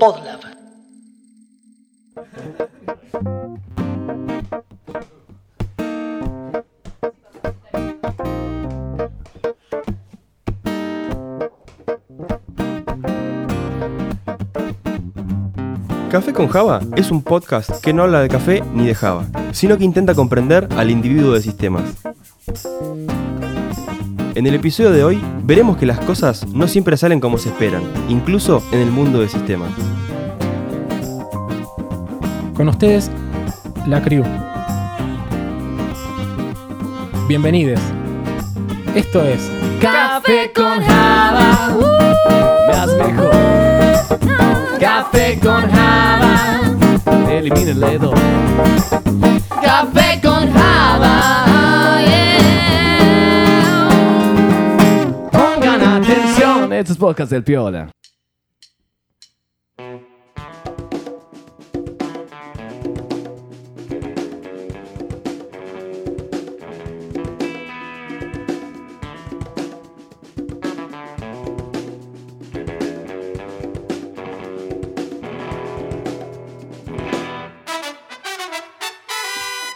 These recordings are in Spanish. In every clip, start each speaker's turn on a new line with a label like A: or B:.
A: Podlab.
B: Café con Java es un podcast que no habla de café ni de Java, sino que intenta comprender al individuo de sistemas. En el episodio de hoy veremos que las cosas no siempre salen como se esperan, incluso en el mundo de sistemas.
C: Con ustedes, la crew. Bienvenidos. Esto es
D: Café con Java. Uh,
E: Más mejor.
D: café con Java.
E: Elimina el dedo.
D: Café con Java. yeah.
E: Pongan atención. Estos podcasts del Piola.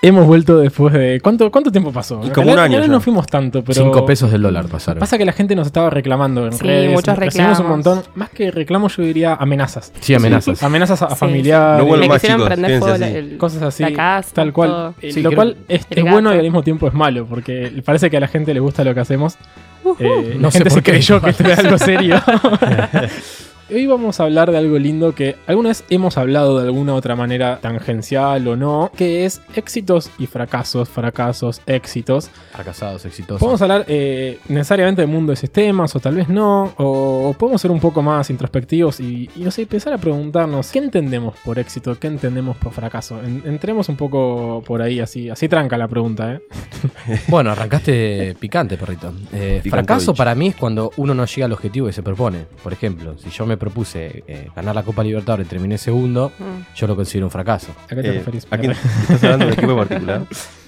C: Hemos vuelto después de. ¿Cuánto, cuánto tiempo pasó?
B: Y
C: En
B: como un
C: realidad- en
B: año
C: realidad
B: ya.
C: no fuimos tanto, pero.
F: 5 pesos del dólar pasaron.
C: Pasa que la gente nos estaba reclamando en
D: Sí,
C: redes.
D: muchos
C: Recibimos un
D: reclamos.
C: montón. Más que reclamos, yo diría amenazas.
F: Sí, amenazas.
C: Amenazas a a
D: Sí.
C: familiares.
B: No vuelvan
D: Me
B: más,
D: quisieron
B: chicos,
D: prender
B: quédense
D: fuego
B: así.
D: la- el-
C: cosas así.
D: la casa,
C: tal cual.
D: todo.
C: Eh,
F: Sí,
C: lo
F: creo-
C: cual es,
D: El
C: es bueno y
D: gato.
C: al mismo tiempo es malo, porque parece que a la gente le gusta lo que hacemos. Eh,
F: No
C: la
F: sé
C: gente
F: por
C: se
F: qué.
C: creyó que esto era algo serio. Hoy vamos a hablar de algo lindo que alguna vez hemos hablado de alguna otra manera, tangencial o no, que es éxitos y fracasos, fracasos, éxitos.
F: Fracasados, exitosos.
C: Podemos hablar eh, necesariamente del mundo de sistemas, o tal vez no, o, o podemos ser un poco más introspectivos y, y, no sé, empezar a preguntarnos qué entendemos por éxito, qué entendemos por fracaso. En- entremos un poco por ahí, así, así tranca la pregunta, ¿eh?
F: Bueno, arrancaste picante, perrito. Eh,
B: Picantovich.
F: fracaso para mí es cuando uno no llega al objetivo que se propone. Por ejemplo, si yo me propuse eh, ganar la Copa Libertadores y terminé segundo,
D: Mm.
F: yo lo considero un fracaso.
C: ¿A qué te
B: Eh,
C: referís?
B: ¿a quién- ¿Estás hablando de equipo en particular?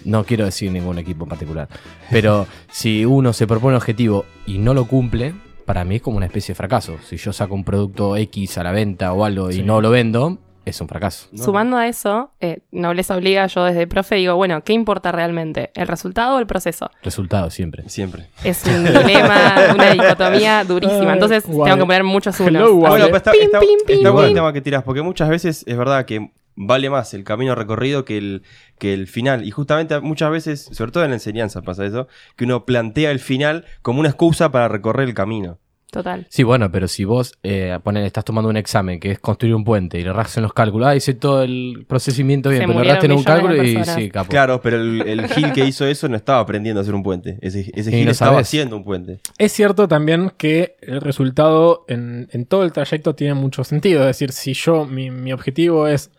F: No quiero decir ningún equipo en particular. Pero si uno se propone un objetivo y no lo cumple, para mí es como una especie de fracaso. Si yo saco un producto X a la venta o algo
C: Sí.
F: y no lo vendo, es un fracaso.
D: Sumando a eso, eh, nobleza obliga, yo desde profe digo, bueno, ¿qué importa realmente? ¿El resultado o el proceso?
F: Resultado siempre.
B: Siempre.
D: Es un dilema, una dicotomía durísima. Entonces
C: Ah, guay.
D: tengo que poner muchos unos.
C: Hello, guay.
B: Ah, Bueno,
C: Vale.
B: pero está,
D: Pim,
B: está-
D: pim,
B: está
D: pim,
B: bueno el
D: pim.
B: tema que tiras, porque muchas veces es verdad que vale más el camino recorrido que el, que el final. Y justamente muchas veces, sobre todo en la enseñanza pasa eso, que uno plantea el final como una excusa para recorrer el camino.
D: Total.
F: Sí, bueno, pero si vos eh, ponen, estás tomando un examen que es construir un puente y le erras en los cálculos, ah, hice todo el procesamiento bien,
D: Se
F: pero le
D: murieron
F: erraste en un
D: millones de
F: cálculo y
D: personas.
F: sí, capo.
B: Claro, pero el, el Gil que hizo eso no estaba aprendiendo a hacer un puente. Ese, ese
F: Y
B: Gil
F: no
B: estaba
F: sabes.
B: haciendo un puente.
C: Es cierto también que el resultado en, en todo el trayecto tiene mucho sentido. Es decir, si yo, mi, mi objetivo es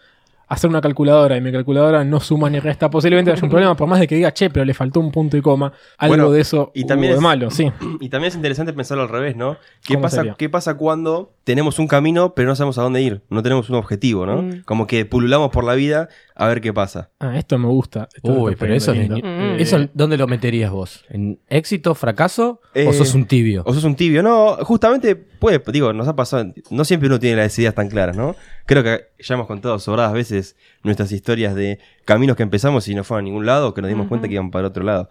C: hacer una calculadora y mi calculadora no suma ni resta, posiblemente haya un problema, por más de que diga, che, pero le faltó un punto y coma, algo
B: Bueno,
C: de eso
B: y también
C: hubo de
B: es-
C: malo, sí.
B: Y también es interesante pensarlo al revés, ¿no? ¿Qué
C: ¿Cómo
B: pasa,
C: sería?
B: ¿Qué pasa cuando tenemos un camino pero no sabemos a dónde ir? No tenemos un objetivo, ¿no?
D: Mm.
B: Como que pululamos por la vida a ver qué pasa.
C: Ah, esto me gusta. Esto
F: Uy,
C: está
F: pero eso es
C: lindo.
F: ni-
B: Mm.
C: Eh,
F: ¿Eso dónde lo meterías vos? ¿En éxito, fracaso
B: Eh,
F: o sos un tibio?
B: O sos un tibio. No, justamente, puede, digo, nos ha pasado. No siempre uno tiene las ideas tan claras, ¿no? Creo que ya hemos contado sobradas veces nuestras historias de caminos que empezamos y no fueron a ningún lado, que nos dimos
D: Ujú.
B: cuenta que iban para otro lado.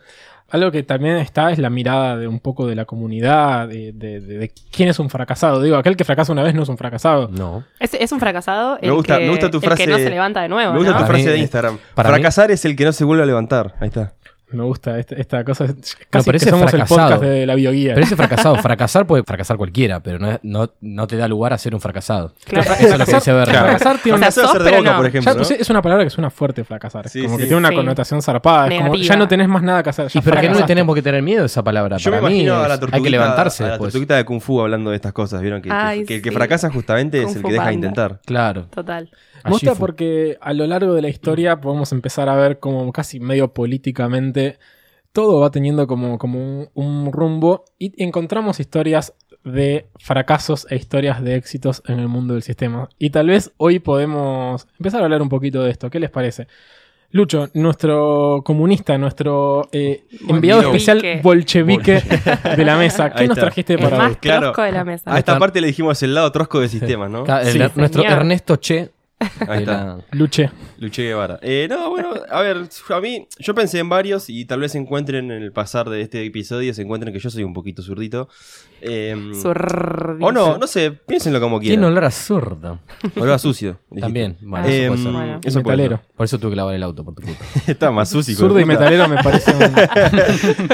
C: Algo que también está es la mirada de un poco de la comunidad, de, de- de- de quién es un fracasado. Digo, aquel que fracasa una vez no es un fracasado.
F: No.
D: Es, es un fracasado el,
B: Me gusta-
D: que,
B: me gusta tu
D: el
B: frase-
D: que no se levanta de nuevo,
B: Me gusta
D: ¿no?
B: tu
F: Para
B: frase
F: mí-
B: de Instagram.
F: para mí-
B: Fracasar es el que no se vuelve a levantar. Ahí está.
C: Me gusta esta, esta cosa. es-
F: No,
C: Casi
F: pero
C: que
F: ese es
C: somos el
F: fracasado.
C: podcast de la bioguía.
F: Pero ese fracasado, fracasar puede fracasar cualquiera, pero no, es- no, no te da lugar a ser un fracasado.
D: Claro.
F: Eso es lo que dice Berna.
C: Fracasar tiene
D: O
B: Fracasó
C: una
D: sea,
B: de
D: sos,
B: ser de
D: pero
B: boca,
D: no.
B: por
C: Ya,
B: ejemplo. ¿no?
C: pues, es una palabra que suena fuerte fracasar.
B: Sí,
C: como
B: sí.
C: que tiene una
D: Sí.
C: connotación zarpada. Es como que
D: Negativa.
C: ya no tenés más nada que hacer. ya
F: Y pero que no le
C: fracasaste.
F: tenemos que tener miedo a esa palabra.
B: Yo me
F: Para mí
B: imagino a
F: es-
B: la tortuguita,
F: hay que levantarse
B: a la
F: después.
B: tortuguita de Kung Fu hablando de estas cosas. ¿Vieron? Que, que-
D: Ay,
B: que el que
D: sí.
B: fracasa justamente es
D: Kung
B: el
D: Fu
B: que deja de
D: Panda.
B: intentar.
F: Claro.
D: Total.
C: Me gusta
F: Allí fue.
C: porque a lo largo de la historia podemos empezar a ver como casi medio políticamente todo va teniendo como, como un, un rumbo y encontramos historias de fracasos e historias de éxitos en el mundo del sistema. Y tal vez hoy podemos empezar a hablar un poquito de esto. ¿Qué les parece? Lucho, nuestro comunista, nuestro eh, enviado
B: Bolchevique.
C: especial bolchevique de la mesa. ¿Qué
B: Ahí
C: nos
B: está.
C: trajiste
D: El
C: para hoy?
D: más
B: Claro.
D: trosco de la mesa.
B: A esta parte le dijimos el lado trosco de sistemas, ¿no?
F: Ca- el-
C: Sí,
F: nuestro
D: señor.
F: Ernesto Che.
B: Ahí
F: de
B: está.
F: la-
C: Luche.
B: Luché Guevara. Eh, no, bueno, a ver, a mí, yo pensé en varios y tal vez se encuentren en el pasar de este episodio, se encuentren que yo soy un poquito zurdito. Eh,
D: Zurdito.
B: o no, no sé, piénsenlo como
F: Tiene
B: quieran.
F: olor a zurdo.
B: Olor a sucio. dijiste.
F: También. bueno,
B: Eh,
F: eso puede ser.
D: Bueno.
B: eso puede
C: metalero.
F: Por eso tuve que lavar el auto, por tu culpa.
B: ser. Está más sucio. hijo de
C: Zurdo y
B: puta.
C: metalero me parece un.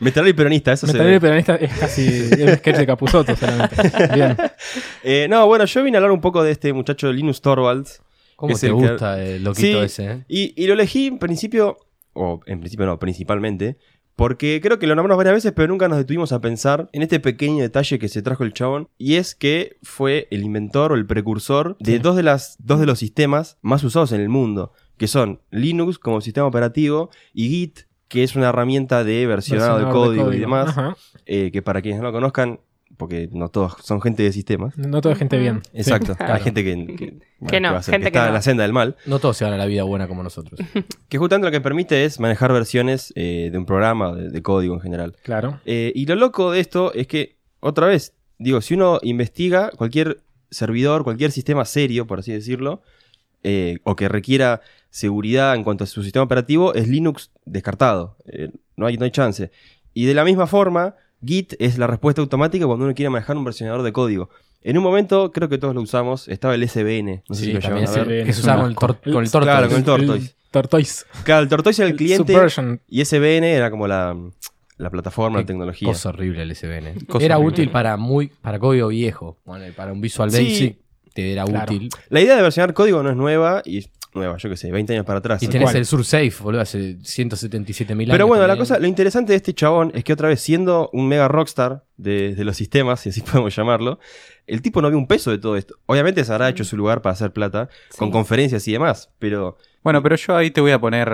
B: Metalero y peronista, eso se
C: metalero y peronista es casi el sketch de Capuzoto solamente. Bien.
B: Eh, no, bueno, yo vine a hablar un poco de este muchacho Linus Torvalds.
F: ¿Cómo
B: Es
F: te
B: el que-
F: gusta el loquito
B: Sí,
F: ese? eh?
B: Y, y lo elegí en principio, o en principio no, principalmente, porque creo que lo nombramos varias veces, pero nunca nos detuvimos a pensar en este pequeño detalle que se trajo el chabón, y es que fue el inventor o el precursor de dos, de las, dos de los sistemas más usados en el mundo, que son Linux como sistema operativo y Git, que es una herramienta de versionado de
C: Versionador
B: código, y demás,
C: Ajá.
B: eh, que para quienes no lo conozcan, porque no todos son gente de sistemas.
C: No toda gente bien.
B: Exacto, hay
F: Claro.
B: gente que, que, bueno,
D: Que no,
B: va a hacer?
D: gente que
B: está
D: no.
B: en la senda del mal.
F: No todos se van a la vida buena como nosotros.
B: Que justamente lo que permite es manejar versiones eh, de un programa, de, de código en general.
C: Sí, claro.
B: Eh, y lo loco de esto es que, otra vez, digo, si uno investiga cualquier servidor, cualquier sistema serio, por así decirlo, eh, o que requiera seguridad en cuanto a su sistema operativo, es Linux descartado. Eh, no, hay, no hay chance. Y de la misma forma, Git es la respuesta automática cuando uno quiere manejar un versionador de código. En un momento, creo que todos lo usamos, estaba el SBN. No sé si lo llegaron
F: también
B: a
F: es
B: ver.
F: el
C: ver.
F: que se usaba con el, tor- con el tortoise.
B: Claro, con el Tortoise.
C: Tortoise.
B: Claro, el Tortoise era el cliente.
C: Subversion.
B: Y SBN era como la, la plataforma, la
F: Qué
B: tecnología.
F: Eh, Cosa horrible el SBN.
B: Cosa
F: eh. era
B: horrible.
F: útil para muy para código viejo. Bueno, para un Visual
B: Sí.
F: Basic te era
C: Claro.
F: útil.
B: La idea de versionar código no es nueva y nueva, yo qué sé, 20 años para atrás.
F: Y tenés
C: cual.
F: el SurSafe, boludo, hace 177 mil años.
B: Pero bueno, la
F: también.
B: cosa, lo interesante de este chabón es que otra vez, siendo un mega rockstar de, de los sistemas, si así podemos llamarlo, el tipo no vio un peso de todo esto. Obviamente se habrá hecho su lugar para hacer plata, con
D: Sí.
B: conferencias y demás, pero
A: Bueno, pero yo ahí te voy a poner.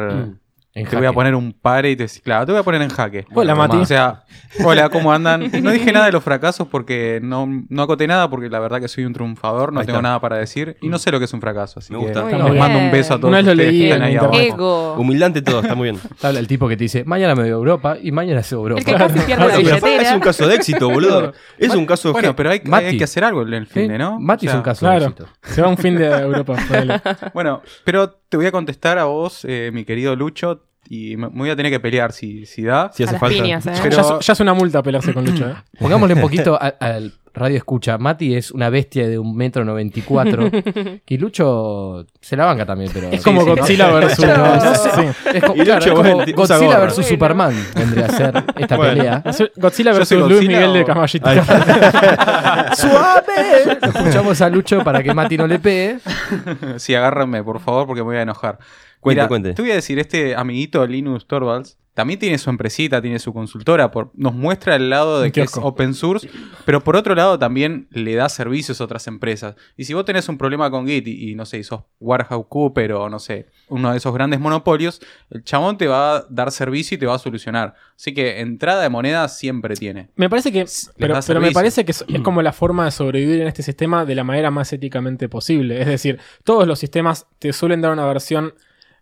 F: En
A: Te voy a
F: jaque.
A: poner un par y te claro, te voy a poner en jaque.
C: Hola, Mati.
A: O sea, hola, ¿cómo andan? No dije nada de los fracasos porque no, no acoté nada, porque la verdad que soy un triunfador, no
B: Ahí
A: tengo
B: está.
A: nada para decir y no sé lo que es un fracaso. Así
B: Me
A: que
B: gusta.
D: Muy
A: les
C: bien.
A: mando un beso a todos.
C: Una vez lo
A: ustedes que
C: leí
A: están
C: en
A: ahí abajo.
C: internet.
D: Ego.
B: humildante todo, está muy bien.
F: Está El tipo que te dice, mañana me voy a Europa y mañana se va a Europa.
D: El que casi pierde la
B: Bueno, pero es
D: billetera.
B: un caso de éxito, boludo. Es un caso
A: Bueno,
B: de
A: pero hay, hay
F: Mati.
A: que hacer algo en el fin de, ¿no?
F: Mati
A: O
F: es
A: sea,
F: un caso de
C: Claro.
F: éxito.
C: Se va un fin de Europa. ponele.
A: Bueno, pero te voy a contestar a vos, eh, mi querido Lucho, y me me voy a tener que pelear si, si da.
B: si
D: A
B: hace
D: las
B: falta.
D: piñas, ¿eh?
A: Pero-
C: Ya, es- ya es una multa pelarse con Lucho. ¿eh?
F: Pongámosle un poquito a- al radio escucha. Mati es una bestia de un metro noventa y cuatro. Y Lucho se la banca también, pero.
C: Es como
F: Sí, sí,
C: Godzilla
F: ¿no?
C: versus.
F: No sé.
C: sí.
F: Es como,
B: Y Lucho,
F: claro, es como
B: bueno, usa
F: Godzilla
B: gorra.
F: versus
D: Bueno.
F: Superman vendría a ser esta
B: Bueno.
F: pelea.
C: Hacer Godzilla
A: Yo
C: versus
A: soy
C: Luis
A: Godzilla
C: Miguel de
A: o-
C: Caballito.
B: Ahí está.
F: ¡Suave! Eh. Escuchamos a Lucho para que Mati no le pegue.
A: Sí, agárrame, por favor, porque me voy a enojar.
B: Cuente,
A: Mira,
B: cuente.
A: Te voy a decir, este amiguito Linus Torvalds también tiene su empresita, tiene su consultora, por- nos muestra el lado de
C: Un
A: que es
C: kiosco.
A: open source, pero por otro lado también le da servicios a otras empresas. Y si vos tenés un problema con Git y, y no sé, y sos Warhouse Cooper o no sé, uno de esos grandes monopolios, el chabón te va a dar servicio y te va a solucionar. Así que entrada de moneda siempre tiene.
C: Me parece que. Pero,
A: da
C: pero me
A: servicio.
C: parece que es, es como la forma de sobrevivir en este sistema de la manera más éticamente posible. Es decir, todos los sistemas te suelen dar una versión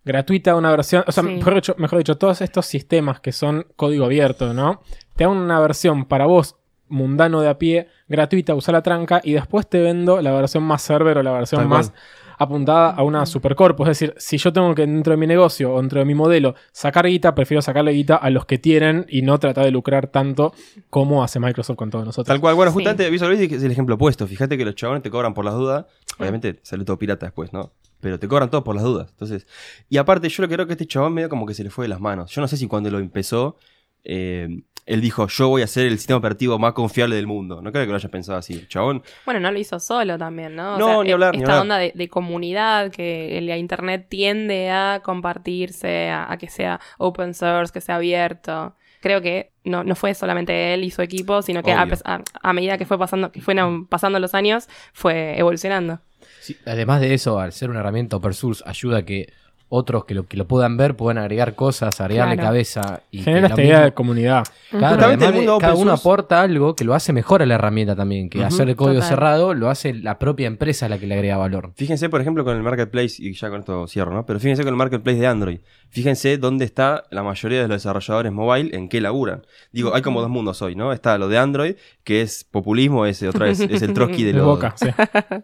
C: gratuita, una versión. O sea,
D: Sí.
C: mejor, dicho, mejor dicho, todos estos sistemas que son código abierto, ¿no? Te dan una versión para vos, mundano de a pie, gratuita, usar la tranca, y después te vendo la versión más server o la versión
B: Tal
C: más apuntada a una supercorpo. Es decir, si yo tengo que dentro de mi negocio o dentro de mi modelo sacar guita, prefiero sacarle guita a los que tienen y no tratar de lucrar tanto como hace Microsoft con todos nosotros.
B: Tal cual. Bueno,
D: Sí.
B: justamente Visual Basic es el ejemplo opuesto. Fíjate que los chabones te cobran por las dudas. Obviamente sale todo pirata después, ¿no? Pero te cobran todo por las dudas. Entonces, y aparte, yo lo que creo que este chabón medio como que se le fue de las manos. Yo no sé si cuando lo empezó, eh, él dijo, yo voy a ser el sistema operativo más confiable del mundo. No creo que lo haya pensado así. El chabón
D: Bueno, no lo hizo solo también, ¿no?
B: No, ni
D: eh,
B: hablar, ni
D: Esta
B: hablar.
D: onda de, de comunidad que la internet tiende a compartirse, a, a que sea open source, que sea abierto. Creo que no, no fue solamente él y su equipo, sino que a,
B: Obvio. Mm.
D: pes- a- a medida que fue pasando, que fueron pasando los años, fue evolucionando.
F: Sí, además de eso, al ser una herramienta open source, ayuda a que otros que lo, que lo puedan ver puedan agregar cosas, agregarle
D: Claro.
F: cabeza. Y que
C: Genera
F: lo
C: esta idea
F: mismo-
C: de comunidad.
F: Claro,
B: Justamente
F: además
B: el mundo
F: de-
B: open
F: cada uno
B: source-
F: aporta algo que lo hace mejor a la herramienta también, que
B: Ujú,
F: hacer el código
D: total.
F: cerrado lo hace la propia empresa la que le agrega valor.
B: Fíjense, por ejemplo, con el marketplace, y ya con esto cierro, ¿no? Pero fíjense con el marketplace de Android. Fíjense dónde está la mayoría de los desarrolladores mobile, en qué laburan. Digo, hay como dos mundos hoy, ¿no? Está lo de Android, que es populismo, es otra vez, es el Trotsky de
C: De
B: los.
C: boca, sí.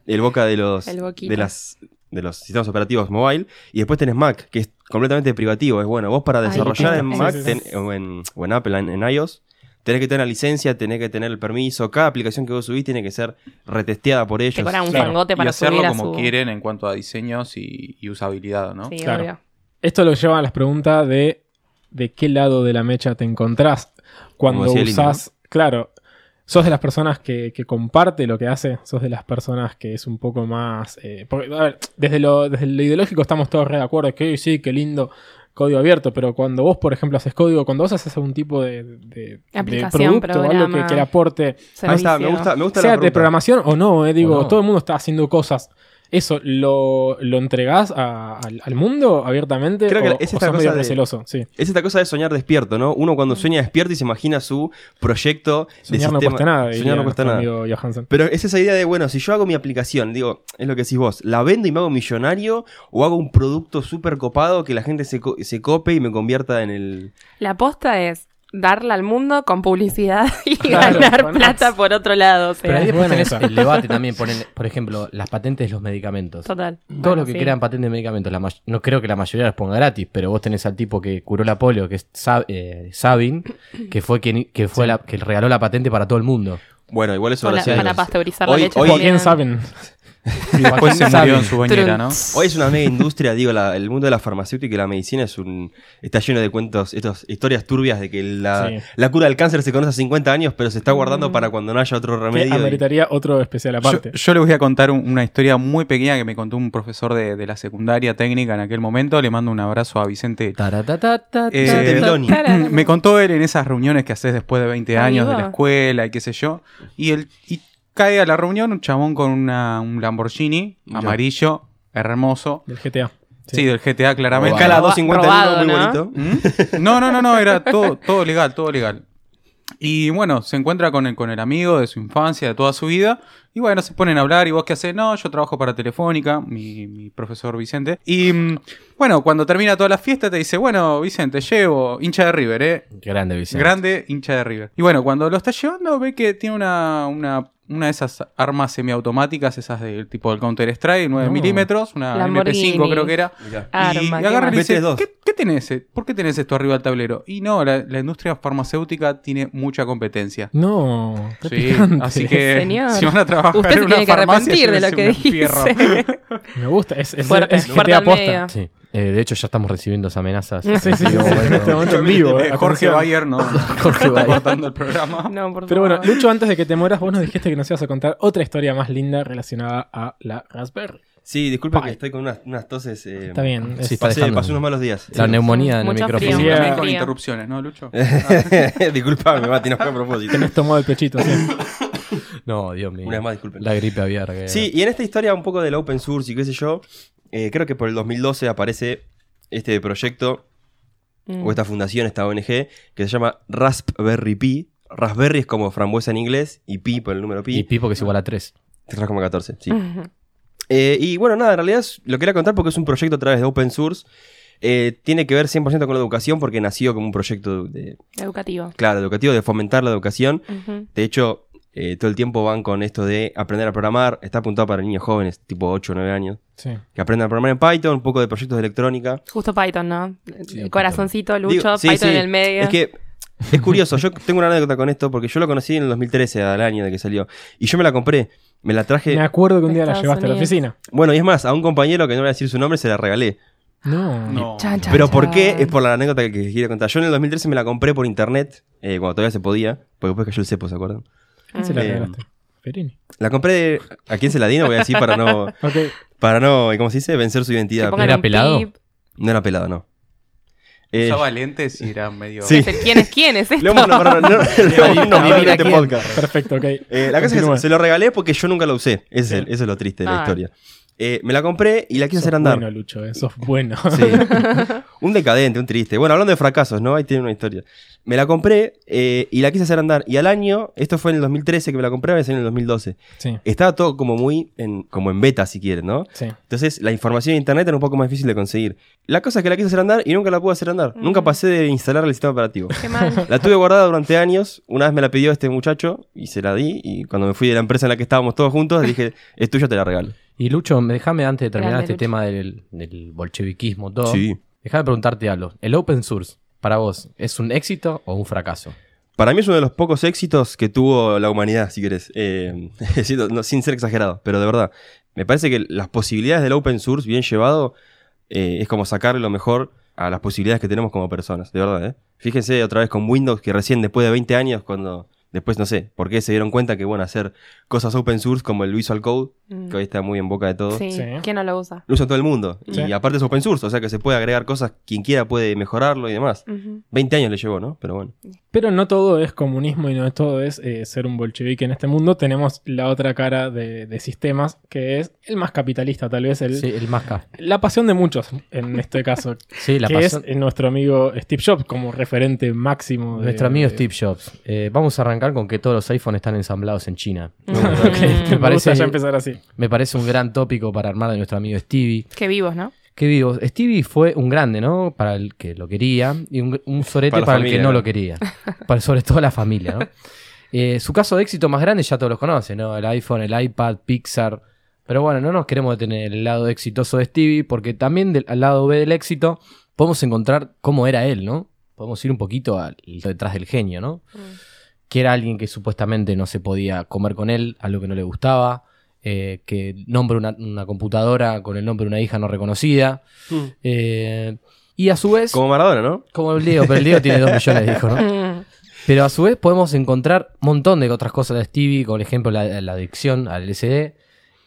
B: El boca de los.
D: El boquita.
B: de las de los sistemas operativos mobile y después tenés Mac que es completamente privativo es bueno vos para
D: Ay,
B: desarrollar en
D: sí,
B: Mac
C: sí, sí.
B: ten- o, en, o en Apple en, en iOS tenés que tener la licencia tenés que tener el permiso cada aplicación que vos subís tiene que ser retesteada por ellos
D: Te cobran un
C: Claro.
D: fangote
A: y
D: para
A: hacerlo
D: subir a
A: como
D: su...
A: quieren en cuanto a diseños y, y usabilidad, ¿no?
D: Sí,
C: Claro.
D: obvio.
C: Esto lo lleva a las preguntas de de qué lado de la mecha te encontrás cuando
B: Como decía el indio,
C: usás. Claro, sos de las personas que, que comparte lo que hace, sos de las personas que es un poco más. eh, porque, a ver, desde lo, desde lo ideológico estamos todos re de acuerdo, que "Uy, sí, qué lindo código abierto, pero cuando vos, por ejemplo, haces código, cuando vos haces algún tipo de, de- de
D: Aplicación,
C: producto o algo que,
D: programa,
C: que le aporte,
B: Ahí está, me
D: Servicio.
B: gusta me gusta la
C: sea de
B: pregunta.
C: programación o no, eh, digo,
F: O no.
C: todo el mundo está haciendo cosas. ¿Eso lo, lo entregás a- al, al mundo abiertamente?
B: Creo que
C: o,
B: es
C: o
B: esta
C: sos
B: cosa
C: medio
B: de-
C: receloso, sí.
B: Es esta cosa de soñar despierto, ¿no? Uno cuando sueña despierto y se imagina su proyecto de
C: Mm. Soñar no
B: sistema-
C: cuesta nada.
B: Soñar no cuesta nada.
C: Amigo Johansen.
B: Pero es esa idea de, bueno, si yo hago mi aplicación, digo, es lo que decís vos, ¿la vendo y me hago millonario o hago un producto súper copado que la gente se, co- se cope y me convierta en el...
D: La aposta es darla al mundo con publicidad y
C: Claro,
D: ganar
C: con
D: plata
C: más.
D: por otro lado. o sea,
F: Pero ahí después
C: buena
F: tenés
C: esa.
F: el debate también, ponen- por ejemplo, las patentes de los medicamentos.
D: total.
F: Todos
D: Bueno,
F: los que
D: sí.
F: crean patentes de medicamentos, la may- no creo que la mayoría las ponga gratis, pero vos tenés al tipo que curó la polio, que es Sa- eh, Sabin, que fue quien que fue la, que regaló la patente para todo el mundo.
B: Bueno, igual eso
D: Con la-
B: recién
D: para
B: los-
D: pasteurizar
B: Hoy-
D: la leche.
B: hoy-
D: también.
C: Joaquín Saben.
A: Y después se murió en su bañera, ¿no?
B: Hoy es una mega industria, digo, la- el mundo de la farmacéutica y la medicina es un está lleno de cuentos, estas historias turbias de que la,
C: Sí.
B: la cura del cáncer se conoce a 50 años, pero se está guardando
D: Mm.
B: para cuando no haya otro
C: Que
B: remedio. y-
C: ameritaría otro especial
A: Yo,
C: aparte.
A: yo le voy a contar un- una historia muy pequeña que me contó un profesor de, de la secundaria técnica en aquel momento. Le mando un abrazo a Vicente.
F: Taratatata,
A: Eh,
B: Vicente Bidoni.
A: Me contó él en esas reuniones que haces después de 20 años de la
D: Amigo.
A: escuela y qué sé yo. Y, él, y cae a la reunión un chabón con una- un Lamborghini
B: Ya.
A: amarillo, hermoso.
C: Del GTA.
A: Sí, del GTA claramente.
F: Wow.
B: Escala 251,
D: Robado,
B: muy
D: ¿no?
B: bonito.
A: ¿Mm? No, no, no, no, era todo, todo legal, todo legal. Y bueno, se encuentra con el, con el amigo de su infancia, de toda su vida. Y bueno, se ponen a hablar. ¿Y vos qué haces? No, yo trabajo para Telefónica, mi, mi profesor Vicente. Y mm, bueno, cuando termina toda la fiesta, te dice: Bueno, Vicente, llevo hincha de River, ¿eh?
F: Grande, Vicente.
A: Grande hincha de River. Y bueno, cuando lo está llevando, ve que tiene una, una, una de esas armas semiautomáticas, esas del tipo del Counter-Strike, 9
C: No.
A: milímetros, una
D: Lamborghini.
A: MP5 creo que era.
B: Mirá.
D: Arma,
A: y
D: ¿qué
A: agarra y le
D: más?
A: dice,
B: BT2.
A: ¿Qué, qué tenés? eh? ¿Por qué tenés esto arriba del tablero? Y no, la, la industria farmacéutica tiene mucha competencia.
C: No. qué
A: Sí,
C: picante.
A: así que
D: Señor.
A: si van a trabajar
D: Usted
A: en
D: se
A: una
D: tiene que
A: farmacia,
D: arrepentir de lo que
A: llévese un fierro.
D: dice.
C: Me gusta. Es, es,
D: Fuerte,
C: es
D: fuerte
C: GTA
D: al medio.
C: posta.
F: Sí. Eh, de hecho, ya estamos recibiendo esas amenazas.
C: Sí, sí, sí.
F: Digo, bueno,
C: En este momento en vivo. eh,
A: Eh, Jorge
C: atención.
A: Bayer no, Jorge está cortando el programa.
D: No, por
C: Pero bueno,
D: favor.
C: Lucho, antes de que te mueras, vos nos dijiste que nos ibas a contar otra historia más linda relacionada a la Raspberry.
B: Sí, disculpa que
C: Bye.
B: estoy con unas, unas toses. eh,
C: Está bien. es-
F: Sí, está
B: Pasé,
F: dejando.
B: pasé unos malos días.
F: la neumonía en el
D: Mucho
F: micrófono.
D: frío.
A: También
C: Bien.
A: con
D: Frío.
A: interrupciones, ¿no, Lucho?
B: Eh, Disculpame, Mati, no fue a propósito.
C: Tenés tomado el pechito, sí.
F: No, Dios mío.
B: Una vez más, disculpen.
F: La gripe aviar. que-
B: Sí, y en esta historia un poco del open source y qué sé yo, eh, creo que por el 2012 aparece este proyecto
D: Mm.
B: o esta fundación, esta ONG, que se llama Raspberry Pi. Raspberry es como frambuesa en inglés y Pi por el número
F: Y
B: Pi.
F: Pipo que es igual a 3.
B: 3,14, sí.
D: Ujú.
B: Eh, y bueno, nada, en realidad es- lo quería contar porque es un proyecto a través de open source. Eh, tiene que ver 100% con la educación porque nació como un proyecto, de,
D: Educativo. Mm-hmm.
B: claro, educativo, de fomentar la educación.
D: Ujú.
B: De hecho, eh, todo el tiempo van con esto de aprender a programar. Está apuntado para niños jóvenes, tipo 8 o 9 años.
C: Sí.
B: que aprendan a programar en Python, un poco de proyectos de electrónica.
D: Justo Python, ¿no?
F: Sí,
D: El corazoncito, Lucho,
B: Digo, sí,
D: Python
B: sí.
D: en el medio.
B: Es que es curioso, yo tengo una anécdota con esto porque yo lo conocí en el 2013, al año de que salió, y yo me la compré, me la traje,
C: Me acuerdo que un día la
D: Estados
C: llevaste a la
D: Unidos.
C: oficina.
B: bueno, y es más, a un compañero que no voy a decir su nombre, se la regalé.
C: No.
A: No.
D: Chan, chan,
B: Pero ¿por qué?
D: chan.
B: Es por la anécdota que les quiero contar. Yo en el 2013 me la compré por internet, eh, cuando todavía se podía, porque después cayó el cepo, ¿se acuerdan?
D: Mm.
C: ¿Quién se la
B: Eh,
C: regalaste? Perini.
B: La compré, de- ¿a quién se la di? No voy a decir para no,
C: Ok.
B: para no, ¿cómo se dice? Vencer su
D: Que
B: identidad.
D: pongan
F: ¿Era
D: un
F: pelado?
D: pip.
B: No era pelado, no. Eh,
A: Usaba lentes y era medio...
B: Sí.
D: Es el ¿Quién es quién? ¿Es esto?
B: lo hemos nombrado, no, lo hemos nombrado en este podcast.
C: Perfecto, ok.
B: Eh, la cosa es que
C: Continúa.
B: se- se lo regalé porque yo nunca lo usé. Ese es el- eso es lo triste de la
D: Ah.
B: historia. Eh, me la compré y la quise
C: Sos
B: hacer andar.
C: Bueno, Lucho, eh, sos bueno.
B: Sí. un decadente, un triste. Bueno, hablando de fracasos, ¿no? Ahí tiene una historia. Me la compré eh, y la quise hacer andar. Y al año, esto fue en el 2013 que me la compré, me salió en el 2012.
C: Sí,
B: Estaba todo como muy en, como en beta, si quieres, ¿no?
C: sí.
B: Entonces, la información en internet era un poco más difícil de conseguir. La cosa es que la quise hacer andar y nunca la pude hacer andar.
D: Mm.
B: Nunca pasé de instalar el sistema operativo.
D: Qué mal.
B: La tuve guardada durante años. Una vez me la pidió este muchacho y se la di. Y cuando me fui de la empresa en la que estábamos todos juntos, dije, es tuya, te la regalo.
F: Y Lucho, me- déjame antes de terminar este
D: Grande, Lucho.
F: tema del, del bolcheviquismo, todo.
B: Sí.
F: Déjame preguntarte algo. ¿El open source, para vos, es un éxito o un fracaso?
B: Para mí es uno de los pocos éxitos que tuvo la humanidad, si querés. Eh, sí, no, no, sin ser exagerado, pero de verdad. Me parece que las posibilidades del open source bien llevado eh, es como sacarle lo mejor a las posibilidades que tenemos como personas, de verdad. ¿eh? Fíjense otra vez con Windows, que recién después de 20 años, cuando después no sé por qué se dieron cuenta que, bueno, hacer cosas open source como el Visual Code,
D: Mm.
B: que hoy está muy en boca de todos,
D: Sí.
C: Sí.
D: ¿Quién no lo usa?
B: lo usa todo el mundo.
C: Sí.
B: Y aparte es open source, o sea que se puede agregar cosas, quien quiera puede mejorarlo y demás.
D: Ujú.
B: 20 años le llevó, ¿no? Pero bueno.
C: Pero no todo es comunismo y no todo es eh, ser un bolchevique en este mundo. Tenemos la otra cara de, de sistemas, que es el más capitalista, tal vez. El,
F: Sí, el más ca-
C: La pasión de muchos, en este caso.
F: Sí, la
C: que
F: pasión.
C: es eh, nuestro amigo Steve Jobs como referente máximo. de-
F: Nuestro amigo
C: de-
F: Steve Jobs. Eh, vamos a arrancar con que todos los iPhones están ensamblados en China.
D: Mm.
C: Me,
F: Me parece-
C: gusta ya empezar así.
F: Me parece un gran tópico para armar de nuestro amigo Stevie.
D: Qué vivos, ¿no?
F: Que vivo, Stevie fue un grande, ¿no? Para el que lo quería y un, un sorete
B: Para la
F: para, el que
B: familia,
F: no
B: ¿no?
F: lo quería. Para, sobre todo la familia, ¿no? Eh, su caso de éxito más grande ya todos los conocen, ¿no? El iPhone, el iPad, Pixar. Pero bueno, no nos queremos detener en el lado exitoso de Stevie porque también del, al lado B del éxito podemos encontrar cómo era él, ¿no? Podemos ir un poquito al- detrás del genio, ¿no? que era alguien que supuestamente no se podía comer con él, algo que no le gustaba, eh, que nombra una, una computadora con el nombre de una hija no reconocida. eh, y a su vez,
B: Como Maradona, ¿no?
F: como el Leo, pero el Leo tiene dos millones, dijo, ¿no?
D: Mm.
F: Pero a su vez podemos encontrar un montón de otras cosas de Stevie, como por ejemplo la, la adicción al LSD.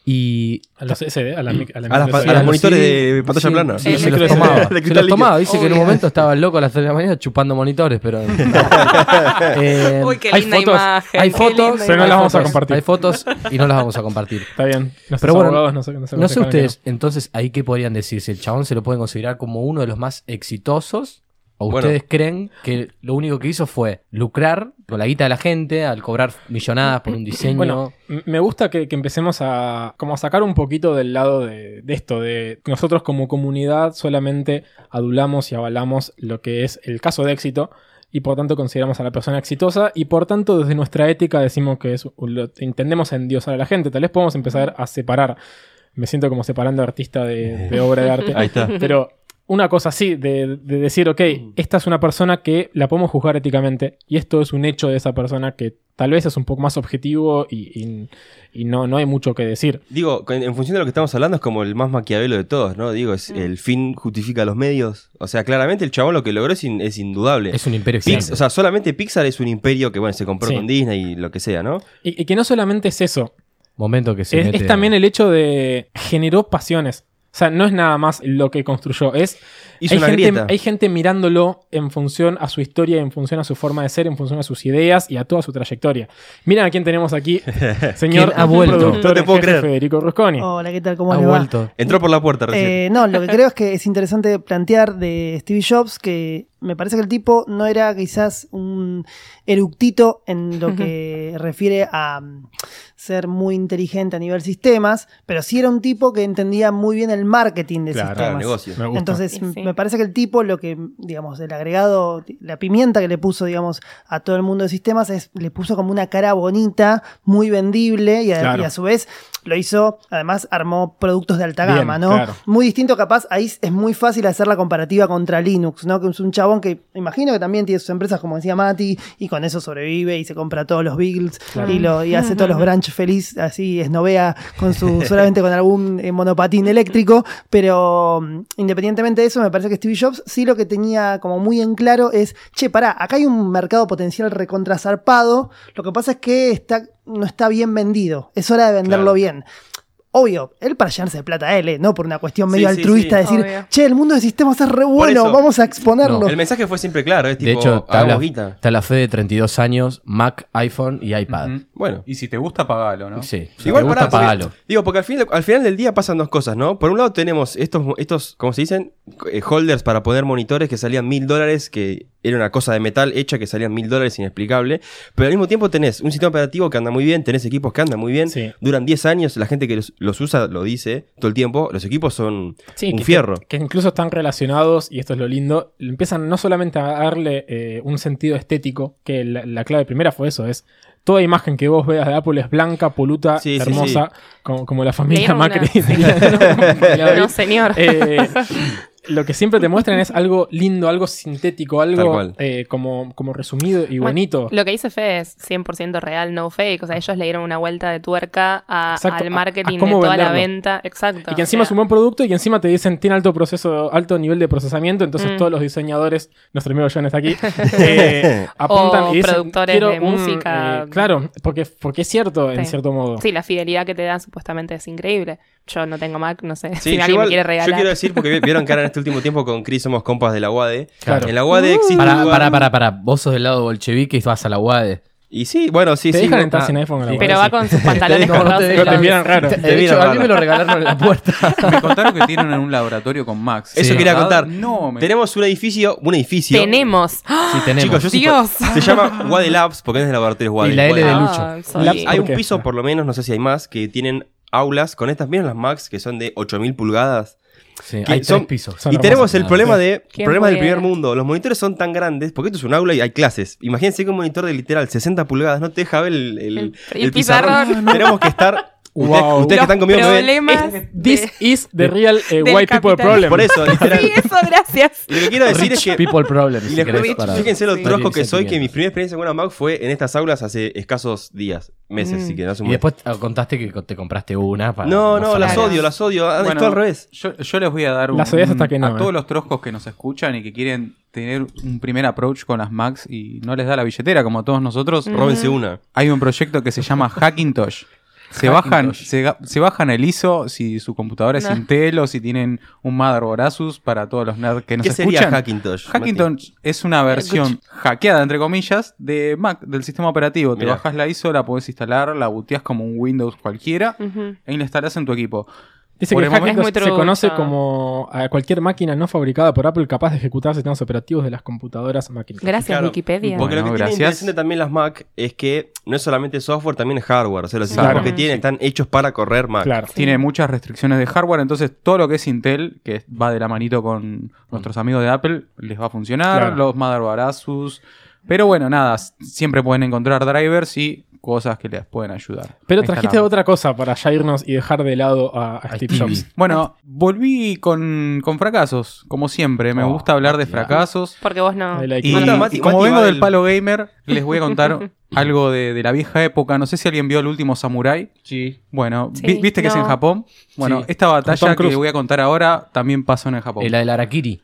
F: Y
C: A los SD, a la, mic- a la
B: A las, pa-
C: microSD.
B: a los
F: monitor-
B: monitores
F: sí,
B: de pantalla
F: sí,
B: plana.
F: sí,
D: El
F: se los
D: LCD.
F: tomaba.
B: De
F: Se
B: cristal
F: los tomaba. Dice que en un
D: Obvio.
F: momento estaba el loco a las 3 de la mañana chupando monitores, pero. Eh,
D: Uy, qué
F: hay
D: linda
F: fotos-
D: imagen,
F: Hay
D: qué
F: fotos.
D: linda Pero no
F: hay
D: las
C: vamos a
F: fotos,
C: compartir.
F: Hay fotos y no las vamos a compartir.
C: Está bien. Nuestros
F: Pero bueno,
C: abogados no, sé- se
F: No sé
C: contestan que
F: ustedes, entonces, ahí qué podrían decir. Si el chabón se lo pueden considerar como uno de los más exitosos, o
B: Bueno.
F: ustedes creen que lo único que hizo fue lucrar con la guita de la gente al cobrar millonadas por un diseño.
C: Bueno, M- Me gusta que, que empecemos a como a sacar un poquito del lado de, de esto, de que nosotros como comunidad solamente adulamos y avalamos lo que es el caso de éxito y por tanto consideramos a la persona exitosa y por tanto desde nuestra ética decimos que es, un- lo- intendemos endiosar a la gente, tal vez podemos empezar a separar, me siento como separando artista de, de obra de arte,
B: Ahí está.
C: pero una cosa así, de, de decir, ok, esta es una persona que la podemos juzgar éticamente y esto es un hecho de esa persona que tal vez es un poco más objetivo y, y- y no, no hay mucho que decir.
B: Digo, con- en función de lo que estamos hablando, es como el más maquiavelo de todos, ¿no? Digo, es, el fin justifica los medios. O sea, claramente el chabón lo que logró es, in- es indudable.
F: es un imperio
B: Pix-
F: gigante.
B: o sea, solamente Pixar es un imperio que, bueno, se compró
C: Sí.
B: con Disney y lo que sea, ¿no?
C: Y, y que no solamente es eso,
F: Momento que se
C: es,
F: mete-
C: es también el hecho de generó pasiones. O sea, no es nada más lo que construyó, es
B: Hizo
C: hay,
B: una
C: gente,
B: grieta.
C: hay gente mirándolo en función a su historia, en función a su forma de ser, en función a sus ideas y a toda su trayectoria. Miren a quién tenemos aquí, señor
F: ¿Quién ha vuelto?
C: productor
B: No te
C: en
B: puedo
C: jefe
B: creer. Oh.
C: Federico Rusconi.
G: Hola, ¿qué tal? ¿Cómo
F: ha
G: le va?
F: vuelto.
B: Entró por la puerta recién.
G: Eh, no, lo que creo es que es interesante plantear de Steve Jobs que me parece que el tipo no era quizás un eructito en lo que refiere a mm, ser muy inteligente a nivel sistemas, pero sí era un tipo que entendía muy bien el marketing de
C: Claro,
B: Claro,
G: sistemas.
B: negocio.
C: Me gusta.
G: Entonces,
D: Sí,
G: m-
D: sí.
G: me parece que el tipo, lo que, digamos, el agregado, la pimienta que le puso, digamos, a todo el mundo de sistemas, es, le puso como una cara bonita, muy vendible, y a,
C: Claro.
G: y a su vez lo hizo, además, armó productos de alta
C: Bien,
G: gama, ¿no?
C: claro.
G: Muy distinto, capaz, ahí es- es muy fácil hacer la comparativa contra Linux, ¿no? Que es un chabón que, imagino que también tiene sus empresas, como decía Mati, y con eso sobrevive y se compra todos los Beagles
C: Claro.
G: y, lo, y hace todos los branch feliz, así, esnovea con su, solamente con algún eh, monopatín eléctrico, pero mm, independientemente de eso, me parece que Steve Jobs sí lo que tenía como muy en claro es, che, pará, acá hay un mercado potencial recontrazarpado, lo que pasa es que está, no está bien vendido, es hora de venderlo
B: Claro.
G: bien. Obvio, él para llenarse de plata él, eh, no por una cuestión
B: Sí,
G: medio
B: sí,
G: altruista
D: sí.
G: de decir,
D: Obvio.
G: che, el mundo de sistemas es re bueno,
B: eso.
G: vamos a exponerlo.
F: No.
B: El mensaje fue siempre claro, es tipo,
F: de hecho, está
B: hagamos
F: la,
B: guita.
F: está la fe de 32 años, Mac, iPhone y iPad.
A: Ujú.
B: Bueno.
A: Y si te gusta, pagalo, ¿no?
F: Sí. Si
B: Igual
F: te
B: pará,
F: gusta,
B: porque-
F: pagalo.
B: Digo, porque al, fin- al final del día pasan dos cosas, ¿no? Por un lado tenemos estos, estos ¿cómo se dicen? Eh, holders para poner monitores que salían mil dólares, que era una cosa de metal hecha que salían mil dólares inexplicable. Pero al mismo tiempo tenés un sistema operativo que anda muy bien, tenés equipos que andan muy bien,
C: Sí.
B: duran 10 años, la gente que los, los usa lo dice todo el tiempo, los equipos son
C: Sí,
B: un
C: que-
B: fierro.
C: Que incluso están relacionados, y esto es lo lindo, empiezan no solamente a darle eh, un sentido estético, que la, la clave primera fue eso, es toda imagen que vos veas de Apple es blanca, poluta,
B: Sí, sí,
C: hermosa, Como, como la familia
D: dieron una-
C: Macri.
D: sí. No, señor.
C: Eh, lo que siempre te muestran es algo lindo, algo sintético,
B: Tal
C: algo
B: cual.
C: eh, como, como resumido y
D: Bueno,
C: bonito.
D: Lo que dice Fede es 100% real, no fake. O sea, ellos le dieron una vuelta de tuerca a-
C: Exacto, a-
D: al marketing
C: a cómo
D: de toda la
C: venderlo.
D: venta. Exacto.
C: Y que encima
D: o
C: es
D: sea,
C: un buen producto y que encima te dicen tiene alto proceso, alto nivel de procesamiento, entonces
D: Mm.
C: todos los diseñadores, nuestro amigo John está aquí, eh, apuntan
D: O
C: y dicen,
D: productores
C: "Quiero
D: de
C: un,
D: música".
C: eh, claro, porque, porque es cierto, en
D: Sí.
C: cierto modo.
D: Sí, la fidelidad que te dan supuestamente es increíble. Yo no tengo Mac, no sé
B: Sí,
D: si
B: yo,
D: alguien
B: igual-
D: me quiere
B: yo
D: regalar.
B: quiero decir, porque vi- vieron que ahora en este último tiempo con Chris somos compas de la UADE.
C: Claro.
B: En la
D: Uh.
B: UADE existe. un
F: Pará,
B: lugar-
F: pará, pará, pará. Vos sos del lado bolchevique y vas a la UADE.
B: Y sí, bueno, sí,
C: te
B: sí.
C: dejan
B: no-
C: entrar
B: ah,
C: sin iPhone a la
F: sí.
D: Pero
C: guardia,
D: va con sus pantalones
F: No, no te
D: cortados.
F: dejan.
C: Pero te
D: y
C: miran raro.
F: De
B: Te
F: hecho,
B: miran
F: a mí
B: raro.
F: me lo regalaron en la puerta.
A: Me contaron que tienen un laboratorio con Max. Ah,
B: Eso
F: Sí.
B: quería contar.
A: No, me...
B: Tenemos un edificio, un edificio.
D: Tenemos.
C: Ah,
F: Sí, tenemos.
B: Chicos, yo soy-
D: Dios.
B: se llama Wade Labs porque es de laboratorios Wade.
F: Y la L
B: Wade
F: de
B: Labs.
F: Lucho.
D: Ah, soy-
C: Laps-
B: Hay un
C: Orquesta.
B: piso, por lo menos, no sé si hay más, que tienen aulas con estas mismas las Max que son de 8000 pulgadas.
F: Sí,
B: que
F: hay
B: son-
F: tres pisos.
C: son
B: y
C: hermosas.
B: tenemos el problema de
D: ¿Quién
B: problema del
D: pudiera?
B: primer mundo. Los monitores son tan grandes, porque esto es un aula y hay clases. Imagínense que un monitor de literal 60 pulgadas no te deja ver el, el-
D: El-
B: el
D: el
B: pizarrón.
D: pizarrón.
B: Tenemos que estar. Ustedes,
C: Wow.
B: ustedes que
D: Los
B: están ¿eh? conmigo me ven.
D: problemas
C: This
D: de-
C: is the real eh,
D: del
C: white people
D: capital.
C: problem.
B: Por eso, literal.
D: Sí, eso, gracias.
B: Lo que quiero decir es que.
F: People problems.
B: Y
F: si
B: les
F: querés,
B: juro,
F: para-
B: fíjense lo
D: Sí.
B: trosco que soy, que mi
F: sentimientos.
B: primera experiencia con una Mac fue en estas aulas hace escasos días, meses,
D: Mm.
B: si que no hace un
F: Y después ah, contaste que co- te compraste una para.
B: No, no,
F: saber.
B: las
D: Claro.
B: odio, las odio. Ah,
A: Bueno,
B: es todo al revés.
A: Yo, yo les voy a dar un,
C: Las odias hasta que no,
A: a
C: eh.
A: todos los troscos que nos escuchan y que quieren tener un primer approach con las Macs y no les da la billetera como a todos nosotros.
B: Róbense una.
A: Hay un proyecto que se llama Hackintosh. Se bajan, se, ga- se bajan el ISO si su computadora es
D: No.
A: Intel o si tienen un motherboard Asus para todos los nerds que nos
B: ¿Qué sería
A: escuchan.
B: Hackintosh? Martín?
A: Hackintosh es una versión hackeada, entre comillas, de Mac, del sistema operativo. Te
B: Mirá.
A: bajas la ISO, la podés instalar, la booteás como un Windows cualquiera
D: Ujú.
A: e instalás en tu equipo.
C: Dice
A: Por
C: que
A: el
C: Hackintosh
D: momento es
C: se
D: muy
C: conoce
D: trucha.
C: como a cualquier máquina no fabricada por Apple capaz de ejecutar sistemas operativos de las computadoras Macintosh.
D: Gracias,
B: Claro.
D: Wikipedia.
A: Bueno,
B: Porque lo que
A: gracias.
B: tiene interesante también las Mac es que no es solamente software, también es hardware. O sea, los equipos
C: Claro.
B: que tienen están hechos para correr Mac.
C: Claro.
A: Tiene muchas restricciones de hardware, entonces todo lo que es Intel, que va de la manito con nuestros amigos de Apple, les va a funcionar,
C: Mm. Claro.
A: los motherboard Asus. Pero bueno, nada, s- siempre pueden encontrar drivers y cosas que les pueden ayudar.
C: Pero
A: a
C: trajiste
A: instalarlo.
C: otra cosa para ya irnos y dejar de lado a, a
F: A
C: Steve
F: Stevie.
C: Jobs.
A: Bueno, volví con, con fracasos, como siempre. Me
F: Oh,
A: gusta hablar de
F: Mati, ah.
A: fracasos.
D: Porque vos no.
C: Ahí la
A: Y,
C: icona.
B: Mati, Mati,
A: y como
B: Mati
A: vengo
B: va
A: del
B: del-
A: palo gamer, les voy a contar algo de, de la vieja época. No sé si alguien vio el último Samurai.
F: Sí.
A: Bueno,
D: Sí,
A: vi- viste que es en
D: no.
A: Japón. Bueno,
F: Sí.
A: esta
C: Con
A: batalla
C: Tom
A: que
C: Cruise.
A: les voy a contar ahora también pasó en el Japón.
F: Eh, La del Arakiri.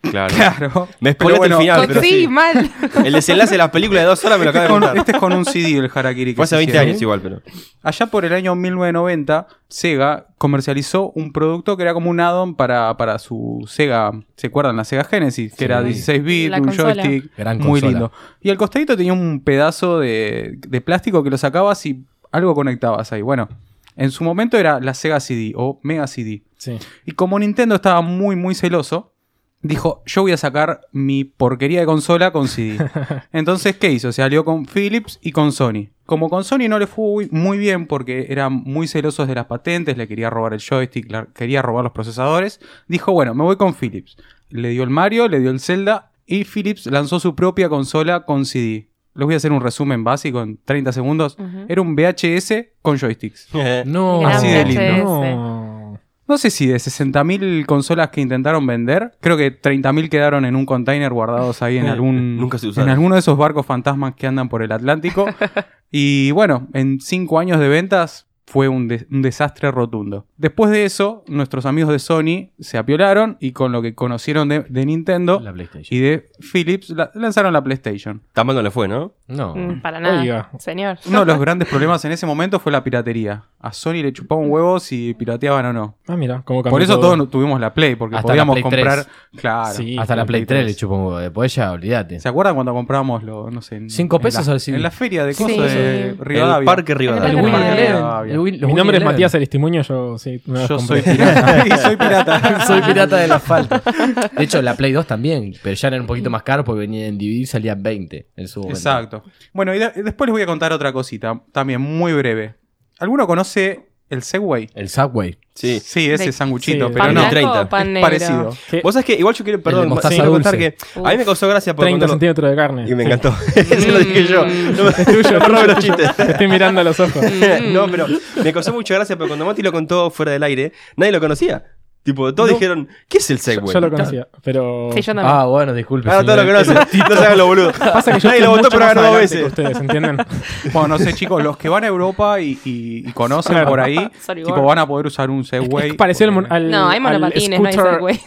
B: Claro.
A: Claro.
B: Me
A: Pero
B: spoilaste el final,
D: Con-
B: pero
D: sí,
B: sí.
D: mal.
B: El desenlace de las películas de dos horas me lo
A: Este
B: acaba
A: es,
B: de
A: con,
B: contar.
A: este es con un CD el Harakiri. que
B: Fue hace
A: se
B: 20
A: hicieron.
B: años igual, pero.
A: Allá por el año 1990, Sega comercializó un producto que era como un add-on para, para su Sega, ¿se acuerdan? La Sega Genesis, que
F: Sí.
A: era 16 bits,
D: La
A: un
D: consola.
A: joystick,
F: Gran
A: muy
F: consola.
A: lindo. Y al costadito tenía un pedazo de, de plástico que lo sacabas y algo conectabas ahí. Bueno, en su momento era la Sega CD o Mega CD.
C: Sí.
A: Y como Nintendo estaba muy, muy celoso, dijo, yo voy a sacar mi porquería de consola con CD. Entonces, ¿qué hizo? Se alió con Philips y con Sony. Como con Sony no le fue muy- muy bien porque eran muy celosos de las patentes, le quería robar el joystick, le quería robar los procesadores, dijo, bueno, me voy con Philips. Le dio el Mario, le dio el Zelda y Philips lanzó su propia consola con CD. Les voy a hacer un resumen básico en 30 segundos.
D: Ujú.
A: Era un VHS con joysticks.
B: eh,
F: No.
D: Gran
A: Así de lindo.
D: VHS.
C: No.
A: No sé si de 60.000 consolas que intentaron vender, creo que 30.000 quedaron en un container guardados ahí en
B: Eh,
A: algún
B: nunca se
A: en
B: usaron.
A: alguno de esos barcos fantasmas que andan por el Atlántico. y bueno, en cinco años de ventas fue un, des- un desastre rotundo. Después de eso, nuestros amigos de Sony se apiolaron y con lo que conocieron de, de Nintendo
F: La PlayStation.
A: y de Philips la- lanzaron la PlayStation.
B: Tan mal no le fue, ¿no?
F: No.
D: Mm, Para nada.
C: Oiga.
D: Señor.
A: Uno de los grandes problemas en ese momento fue la piratería. A Sony le chupaban huevos si pirateaban o no.
C: Ah, mira, como cambió
A: Por eso
C: todo.
A: todos tuvimos la Play, porque
F: Hasta la
A: podíamos
F: Play
A: comprar. Claro.
C: Sí.
F: Hasta la Play 3 le
A: 3.
F: chupo un huevo. Después ya, olvídate.
A: ¿Se acuerdan cuando comprábamos los, no sé, en-
F: Cinco
A: en
F: pesos
A: la,
F: al CD.
A: En la feria de
D: Sí.
A: cosas de
D: Sí.
A: Rivadavia.
B: El Parque
D: El
B: Rivadavia.
D: Parque
A: Willy
D: Rivadavia.
F: El
A: Eleven.
F: Win-
C: Mi
F: los Win
C: nombre es
F: Eleven.
C: Matías Aristimuño, yo sí. una vez
A: Yo
C: compré.
A: soy pirata. y soy pirata.
F: Soy pirata de la falta. De hecho, la Play 2 también, pero ya era un poquito más caro porque venía en DVD y salía 20 en su momento.
A: Exacto. Bueno, y de- después les voy a contar otra cosita, también muy breve. ¿Alguno conoce el Segway?
F: El Subway.
B: Sí.
A: Sí, ese
D: De-
A: sanguchito,
C: Sí,
A: pero
D: ¿Pan
A: no.
B: Treinta.
D: blanco o pan
A: Es
D: negro?
A: parecido.
C: ¿Qué?
B: Vos sabés que igual yo quiero,
F: de
B: perdón,
F: mostaza
B: quiero contar
F: dulce.
B: que a mí me causó gracia por cuando
C: 30
B: lo-
C: centímetros de carne.
B: y me encantó. Eso lo dije yo.
D: Mm.
B: No me
C: Tuyo,
B: no me
C: tuyo.
B: los chistes.
C: Te estoy mirando a los ojos.
B: no, pero me causó mucha gracia porque cuando Mati lo contó fuera del aire, nadie lo conocía. Tipo, todos
C: No.
B: dijeron, ¿qué es el Segway?
C: Yo lo conocía, pero...
D: Sí, yo también.
F: Ah, bueno, disculpe.
B: Ahora todos lo
F: señor.
B: conocen. No se hagan los boludos.
C: Pasa que yo
B: nadie lo
C: estoy
B: votó,
C: mucho
B: pero
C: más
B: ganó dos
C: adelante que
B: veces.
C: ustedes, ¿entienden?
A: Bueno, no sé, chicos, los que van a Europa y, y- y conocen
C: Claro.
A: por ahí,
D: Sorry,
A: tipo,
D: Gord.
A: van a poder usar un Segway.
C: Es pareció al, mon-
A: porque-
C: al-
D: no, hay
C: al
D: monopatines, no hay
C: scooter-
D: segways.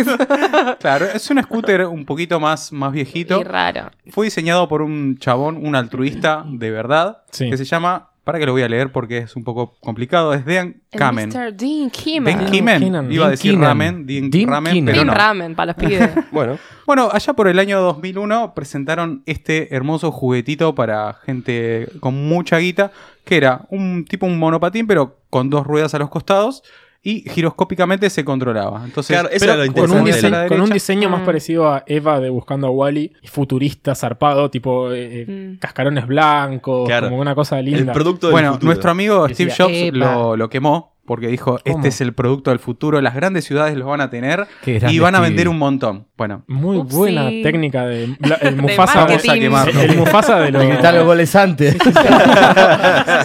A: Claro, es un scooter un poquito más, más viejito.
D: Y raro.
A: Fue diseñado por un chabón, un altruista de verdad,
C: Sí.
A: que se llama, para que lo voy a leer porque es un poco complicado, es Dean
D: El
A: Kamen.
D: Mr. Dean Kimmel.
A: Dean
C: Keenan.
A: Kimen, iba a
F: Dean
A: decir
F: Keenan.
A: ramen, Dean,
F: Dean
A: ramen,
F: Keenan.
A: pero
D: Dean
A: no.
D: Ramen, para los pibes.
B: Bueno,
A: Bueno, allá por el año 2001 presentaron este hermoso juguetito para gente con mucha guita, que era un tipo un monopatín, pero con dos ruedas a los costados y giroscópicamente se controlaba. Entonces,
B: Claro, eso
A: pero
B: era lo
A: con
C: Con un,
A: un
B: interesante de él.
A: hacia la
C: diseño, con un
A: derecha.
C: diseño más
D: Mm.
C: parecido a Eva de Buscando a Wally, futurista, zarpado, tipo eh, eh,
D: Mm.
C: cascarones blancos,
B: Claro.
C: como una cosa linda.
B: el producto del
A: Bueno,
B: futuro.
A: nuestro amigo Steve
F: Decía,
A: Jobs
F: "Epa".
A: lo, lo quemó porque dijo,
C: ¿Cómo?
A: este es el producto del futuro, las grandes ciudades los van a tener
F: Qué grande
A: y van a
F: Steve.
A: vender un montón. Bueno,
C: Muy
D: Upsi.
C: buena técnica de la- el Mufasa.
A: marketing. Vamos a quemar.
C: el, el Mufasa de los.
F: Me gritar los goles antes.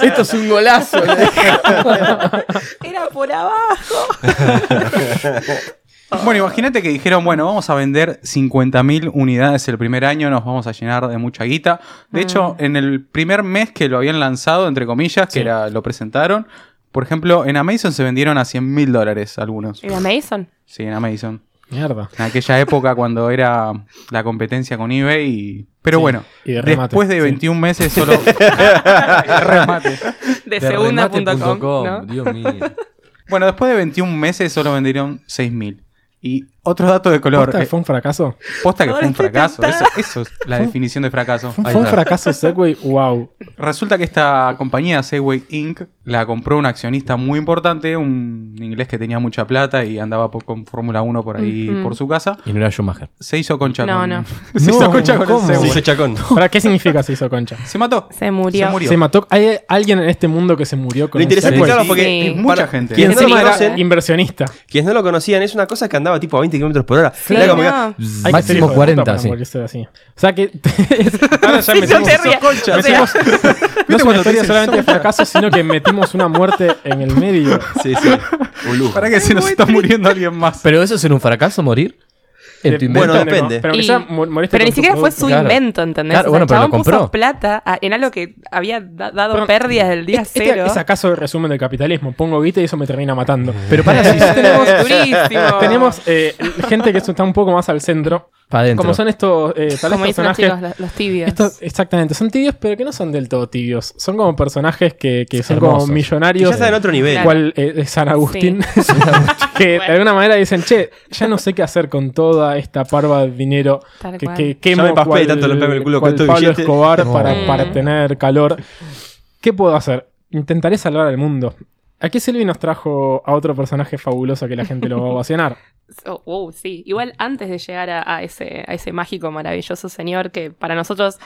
F: Esto es un golazo.
D: Era por abajo.
A: Bueno, imagínate que dijeron, bueno, vamos a vender 50.000 unidades el primer año, nos vamos a llenar de mucha guita.
F: Ah.
A: De hecho, en el primer mes que lo habían lanzado, entre comillas, que era, lo presentaron, por ejemplo, en Amazon se vendieron a 100.000 dólares algunos.
F: Eh.
D: Era Mason.
A: Sí, en Amazon.
C: Mierda.
A: En aquella época cuando era la competencia con eBay y... Pero bueno,
C: y de remate,
A: después de
C: sí.
A: 21 meses solo... remate.
D: De segunda.com. ¿no?
F: Dios mío.
A: Bueno, después de 21 meses solo vendieron 6.000. Y otro dato de color.
C: ¿Posta que
A: eh,
C: fue un fracaso?
A: Posta que
D: Ahora
A: fue un
D: estoy
A: fracaso. Eso, eso es la definición de fracaso.
C: Fue
A: Ahí
C: un
A: está.
C: fracaso Segway, wow.
A: Resulta que esta compañía, Segway Inc., la compró un accionista muy importante, un inglés que tenía mucha plata y andaba por- con Fórmula 1 por ahí
D: Ujú.
A: por su casa.
F: Y no era Schumacher.
A: Se hizo concha
D: No,
A: con...
D: no.
A: Se
C: No,
A: hizo concha con el
C: ¿cómo?
B: Se
A: Segway.
B: hizo chacón.
C: ¿Para qué significa se hizo concha?
A: Se mató.
D: Se murió.
A: Se murió.
C: Se mató. Hay alguien en este mundo que se murió
B: Lo
C: con el
B: interesante,
C: Segway.
B: claro,
A: Sí,
B: porque
D: sí.
B: para
A: Mucha gente.
C: Y
B: quienes no lo
C: encima
B: conocen-
C: era inversionista.
B: Quienes no lo conocían, es una cosa que andaba tipo a 20 kilómetros por hora.
D: Sí,
B: Era como que-
D: no.
C: Hay que ser hijo
F: Máximo
C: de puta
F: 40,
C: para
F: sí.
C: morirse así. O sea que.
A: Ahora ya
D: Sí,
A: metimos-
D: no te rías.
A: concha.
D: O sea,
C: no es
A: cuando
C: una
A: te
C: historia
A: dicen
C: solamente de fracaso, sino que metimos una muerte en el medio.
B: Sí, sí. Un lujo.
A: Para que se nos está muriendo alguien más.
F: Pero eso es en un fracaso morir. En tu
C: De-
F: invento.
B: Bueno, depende.
C: Pero,
D: Y-
C: quizá mu- moriste
D: pero ni
C: con tu
D: siquiera fue
C: producto.
D: su
F: Claro.
D: invento, ¿entendés?
F: Claro,
D: O sea,
F: bueno,
D: el
F: pero lo
D: chabón puso
F: compró.
D: plata a- en algo que había da- dado
C: Perdón.
D: pérdidas del día
C: Este
D: cero.
C: es acaso el resumen del capitalismo. Pongo guita y eso me termina matando.
A: Mm.
F: Pero para si
D: Tenemos durísimo.
C: Tenemos eh, gente que está un poco más al centro.
F: Para adentro.
C: Como son estos, eh, tal vez
D: como dicen los
C: personajes.
D: chicos, los, los tibios.
C: Estos, exactamente, son tibios, pero que no son del todo tibios. Son como personajes que, que son
F: Hermosos.
C: como
B: Y ya
C: millonarios.
B: está en otro nivel.
D: Claro.
C: Cual eh, es San Agustín. que de
D: Bueno.
C: alguna manera dicen, che, ya no sé qué hacer con toda esta parva de dinero.
D: Tal
C: que,
D: cual.
C: que quemo
B: Ya me paspé
C: cual-
B: tanto le pego el culo con
C: cual
B: estos
C: Pablo
B: billetes.
C: Escobar
F: No.
C: para, para
D: Mm.
C: tener calor. ¿Qué puedo hacer? Intentaré salvar al mundo. Aquí Silvi nos trajo a otro personaje fabuloso que la gente lo va a ovacionar.
D: Oh, wow, sí. Igual antes de llegar a, a ese, a ese mágico, maravilloso señor que para nosotros...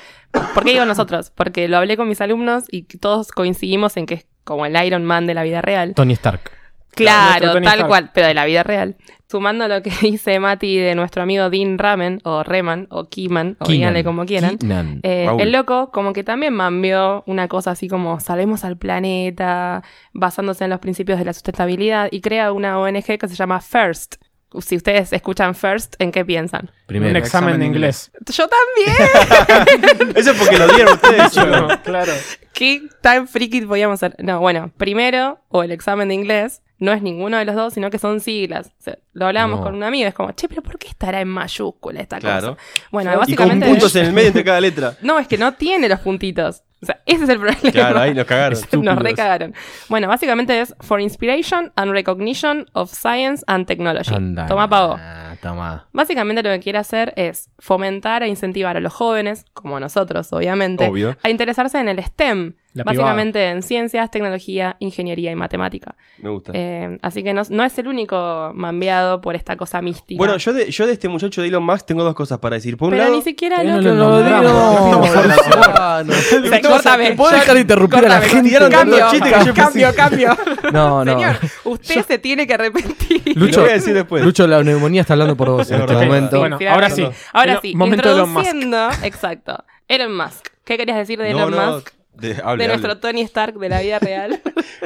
D: ¿Por qué digo nosotros? Porque lo hablé con mis alumnos y que todos coincidimos en que es como el Iron Man de la vida real.
F: Tony Stark.
C: Claro,
D: Claro,
C: nuestro Tony
D: tal
C: Stark.
D: cual, pero de la vida real. Sumando lo que dice Mati de nuestro amigo Dean Ramen, o Reman, o Kiman, o díganle como quieran.
F: Keenan.
D: Eh,
B: Raúl.
D: el loco como que también mambió una cosa así como salvemos al planeta, basándose en los principios de la sustentabilidad, y crea una ONG que se llama FIRST, si ustedes escuchan First, ¿en qué piensan?
C: un
F: Primero.
C: examen de inglés.
D: Yo también.
B: Eso es porque lo dieron ustedes. yo no.
C: claro.
D: ¿Qué tan friki podíamos ser? No, bueno, primero o el examen de inglés no es ninguno de los dos, sino que son siglas. O sea, lo hablábamos
F: No.
D: con un amigo, es como, che, pero ¿por qué estará en mayúscula esta
B: Claro.
D: cosa? Bueno,
B: Y con
D: básicamente.
B: puntos en el medio entre cada letra.
D: No, es que no tiene los puntitos. O sea, ese es el problema.
B: Claro, ahí los cagaron.
D: Nos recagaron. Bueno, básicamente es For Inspiration and Recognition of Science and Technology.
F: Anda.
D: Toma pavo.
F: Ah, Toma.
D: Básicamente lo que quiere hacer es fomentar e incentivar a los jóvenes, como nosotros, obviamente,
B: Obvio.
D: a interesarse en el STEM,
C: La
D: básicamente en ciencias, tecnología, ingeniería y matemática.
B: Me gusta.
D: Eh, así que no, no es el único mambeado por esta cosa mística.
B: Bueno, yo de, yo de este muchacho de Elon Musk tengo dos cosas para decir. Por un
D: Pero
B: lado,
D: ni siquiera el
C: Pero no
D: otro.
C: lo nombramos.
D: O sea, córtame,
F: ¿Puedo dejar de interrumpir a la
D: córtame,
F: gente?
D: cambio,
B: tantos chistes que yo
D: cambio, cambio.
F: No, no.
D: Señor, usted se tiene que arrepentir.
B: Lo
F: Lucho,
B: voy a decir después.
F: Lucho, la neumonía está hablando por vos en
B: Es
F: este
B: verdad.
F: momento.
C: Bueno,
D: Sí,
C: ahora sí.
D: finalmente. Ahora
C: Elo-
D: sí,
C: Momento Elon Musk.
D: introduciendo, exacto. Elon Musk. ¿Qué querías decir de
B: no,
D: Elon
B: no,
D: Musk?
B: de- hable,
D: de
B: hable.
D: nuestro Tony Stark de la vida real.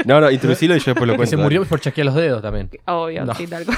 B: No, no, introducilo y yo después lo
F: Que
B: cuento.
F: se murió por chasquear los dedos también.
D: Obvio,
F: No.
D: sí, tal cual.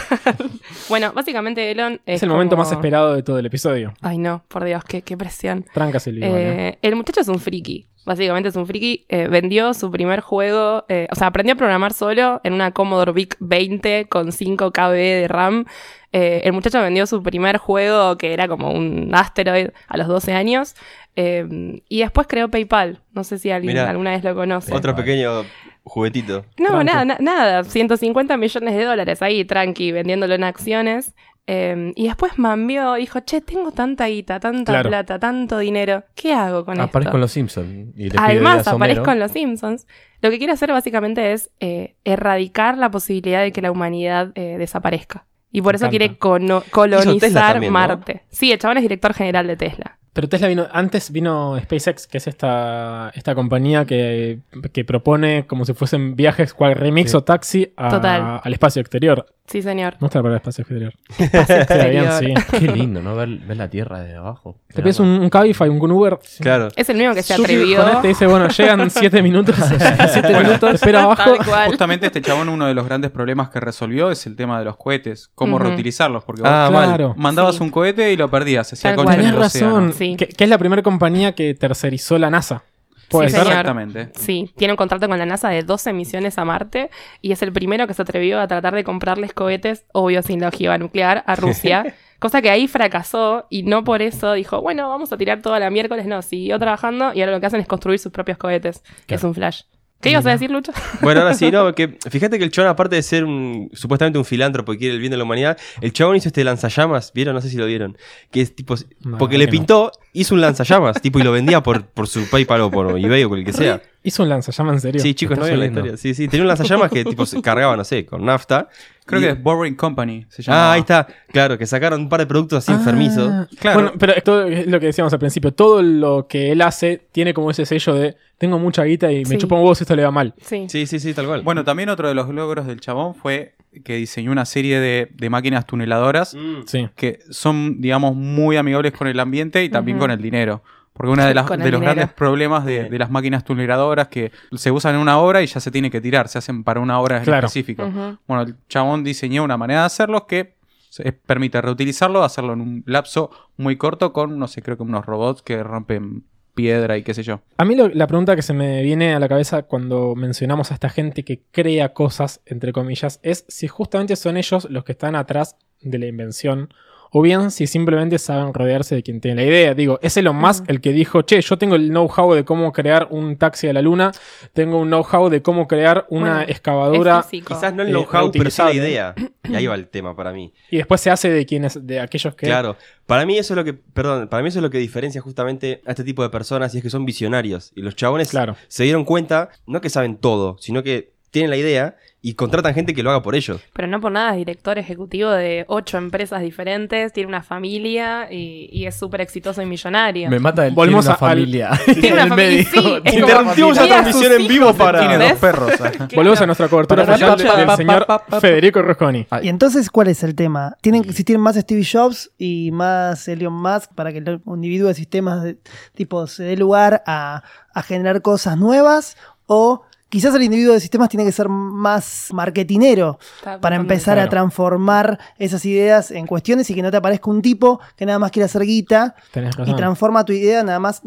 D: bueno, básicamente Elon
C: Es,
D: es,
C: el momento
D: como-
C: más esperado de todo el episodio.
D: Ay, no, por Dios, qué, qué presión.
C: Trancas el libro.
D: Eh, El muchacho es un friki. Básicamente es un friki. Eh, vendió su primer juego. eh, o sea, aprendió a programar solo en una Commodore VIC 20 con 5 KB de RAM. Eh, el muchacho vendió su primer juego, que era como un asteroid, a los 12 años. Eh, y después creó PayPal. No sé si alguien
B: Mirá.
D: alguna vez lo conoce.
B: Otro pequeño juguetito.
D: No,
C: Banco.
D: nada, na- nada. 150 millones de dólares ahí, tranqui, vendiéndolo en acciones. Eh, y después mambió, dijo, che, tengo tanta guita, tanta
C: Claro.
D: plata, tanto dinero. ¿Qué hago con
F: Aparezco
D: esto?
F: en los Simpsons. Y le
D: Además,
F: pide
D: aparezco en los Simpsons. Lo que quiere hacer básicamente es eh, erradicar la posibilidad de que la humanidad eh, desaparezca. Y por
C: Me
D: eso
C: encanta.
D: quiere cono-
B: Tesla
D: colonizar
B: también, ¿no?
D: Marte. Sí, el chabón es director general de Tesla.
C: Pero Tesla vino, antes vino SpaceX, que es esta, esta compañía que, que propone como si fuesen viajes cual remix
F: Sí.
C: o taxi a-
D: Total.
C: al espacio exterior.
D: Sí, señor.
C: No está para el espacio exterior.
D: Espacio
C: Está bien,
D: exterior.
C: sí.
F: Qué lindo, ¿no? Ver, ver la tierra desde abajo.
C: Te pides un, un Cabify, un Uber.
B: Claro.
D: Es el mismo que se
C: Suki
D: atrevió.
C: con él Te dice, bueno, llegan 7 minutos. 7 minutos, espera abajo.
D: Tal cual.
A: Justamente este chabón, uno de los grandes problemas que resolvió es el tema de los cohetes. Cómo
D: Ujú.
A: reutilizarlos. Porque vos
B: Ah, mal.
C: Claro.
A: mandabas
D: Sí.
A: un cohete y lo perdías. Se hacía
D: Tal
A: concha
D: cual.
A: en
C: Tenés
A: el
C: razón.
A: océano.
D: Sí.
C: Que, que es la primera compañía que tercerizó la NASA. Puede
D: Sí,
C: ser.
D: señor.
A: Exactamente.
D: Sí, tiene un contrato con la NASA de 12 misiones a Marte y es el primero que se atrevió a tratar de comprarles cohetes, obvio sin la ojiva nuclear, a Rusia. cosa que ahí fracasó y no por eso dijo, bueno, vamos a tirar toda la miércoles. No, siguió trabajando y ahora lo que hacen es construir sus propios cohetes. Es un flash. ¿Qué ibas a decir, Lucho?
B: Bueno, ahora sí, no, que fíjate que el chabón, aparte de ser un, supuestamente un filántropo que quiere el bien de la humanidad, el chabón hizo este lanzallamas, ¿vieron? No sé si lo vieron. Que es tipo,
C: No,
B: porque
C: que
B: le
C: no.
B: pintó, hizo un lanzallamas, tipo, y lo vendía por, por su PayPal o por eBay o por el que sea.
C: Hizo un lanzallamas en serio.
B: Sí, chicos, no
F: Estás
B: vieron la
F: oyendo.
B: historia. Sí, sí, tenía un lanzallamas que tipo se cargaba, no sé, con nafta.
A: Creo
B: Y-
A: que es Boring Company. Se llama.
B: Ah, ahí está. Claro, que sacaron un par de productos así enfermizos.
A: Claro.
C: Ah. Bueno, pero esto es lo que decíamos al principio. Todo lo que él hace tiene como ese sello de tengo mucha guita y me
D: Sí.
C: chupa un huevo si esto le va mal.
D: Sí.
B: Sí, sí, sí, tal cual.
A: Bueno, también otro de los logros del chabón fue que diseñó una serie de, de máquinas tuneladoras
B: Mm.
C: Sí.
A: que son, digamos, muy amigables con el ambiente y también
D: Ujú.
A: con el dinero. Porque uno de, las-
D: Con el
A: de los
D: dinero.
A: grandes problemas de, de las máquinas tuneladoras que se usan en una obra y ya se tiene que tirar, se hacen para una obra en
C: Claro.
A: específico.
D: Ujú.
A: Bueno, el chabón diseñó una manera de hacerlos que se- eh, permite reutilizarlo, hacerlo en un lapso muy corto con, no sé, creo que unos robots que rompen piedra y qué sé yo.
C: A mí lo- la pregunta que se me viene a la cabeza cuando mencionamos a esta gente que crea cosas, entre comillas, es si justamente son ellos los que están atrás de la invención. O bien si simplemente saben rodearse de quien tiene la idea. Digo, es Elon Musk
D: Ujú.
C: el que dijo, che, yo tengo el know-how de cómo crear un taxi a la luna, tengo un know-how de cómo crear una
D: Bueno,
C: excavadora.
D: Es físico.
B: Quizás no el
C: Eh,
B: know-how, pero sí la
C: reutilizable.
B: idea. Y ahí va el tema para mí.
C: Y después se hace de quienes, de aquellos que.
B: Claro. Para mí eso es lo que, perdón, para mí eso es lo que diferencia justamente a este tipo de personas y es que son visionarios. Y los chabones
C: Claro.
B: se dieron cuenta, no que saben todo, sino que tienen la idea y contratan gente que lo haga por ellos.
D: Pero no por nada es director ejecutivo de ocho empresas diferentes, tiene una familia y, y es súper exitoso y millonario.
F: Me mata el
C: Volvemos
F: tiene una
C: a- al-
F: familia.
D: Tiene una
F: El
D: familia.
F: médico.
D: sí, es como-
B: Interrumpimos la
D: tiene a sus
B: transmisión en vivo
D: hijos,
B: para...
A: Tiene
D: ¿entendés?
A: dos perros. ah.
C: Volvemos a nuestra cobertura
F: Pero
C: oficial
F: ya-
C: del
F: pa, pa,
C: señor
F: pa, pa, pa.
C: Federico Rosconi.
G: Y entonces, ¿cuál es el tema? Tienen que existir más Steve Jobs y más Elon Musk para que el individuo de sistemas de- tipo se dé lugar a, a generar cosas nuevas o quizás el individuo de sistemas tiene que ser más marketinero
D: Está
G: para
D: buscando-
G: empezar a
C: Claro.
G: transformar esas ideas en cuestiones y que no te aparezca un tipo que nada más quiere hacer guita
C: Tenés
G: y
C: razón.
G: transforma tu idea nada más.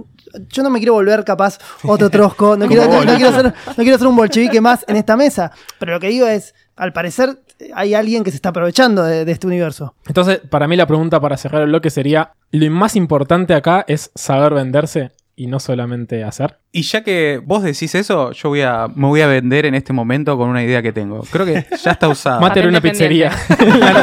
G: Yo no me quiero volver capaz otro trosco,
C: Como
G: no quiero, no,
C: vos,
G: no quiero ser, no quiero ser un bolchevique más en esta mesa, pero lo que digo es, al parecer hay alguien que se está aprovechando de, de este universo.
C: Entonces, para mí la pregunta para cerrar el bloque sería, lo más importante acá es saber venderse y no solamente hacer.
A: Y ya que vos decís eso, yo voy a, me voy a vender en este momento con una idea que tengo. Creo que ya está usada.
C: Mate en una
D: Patente
C: pizzería.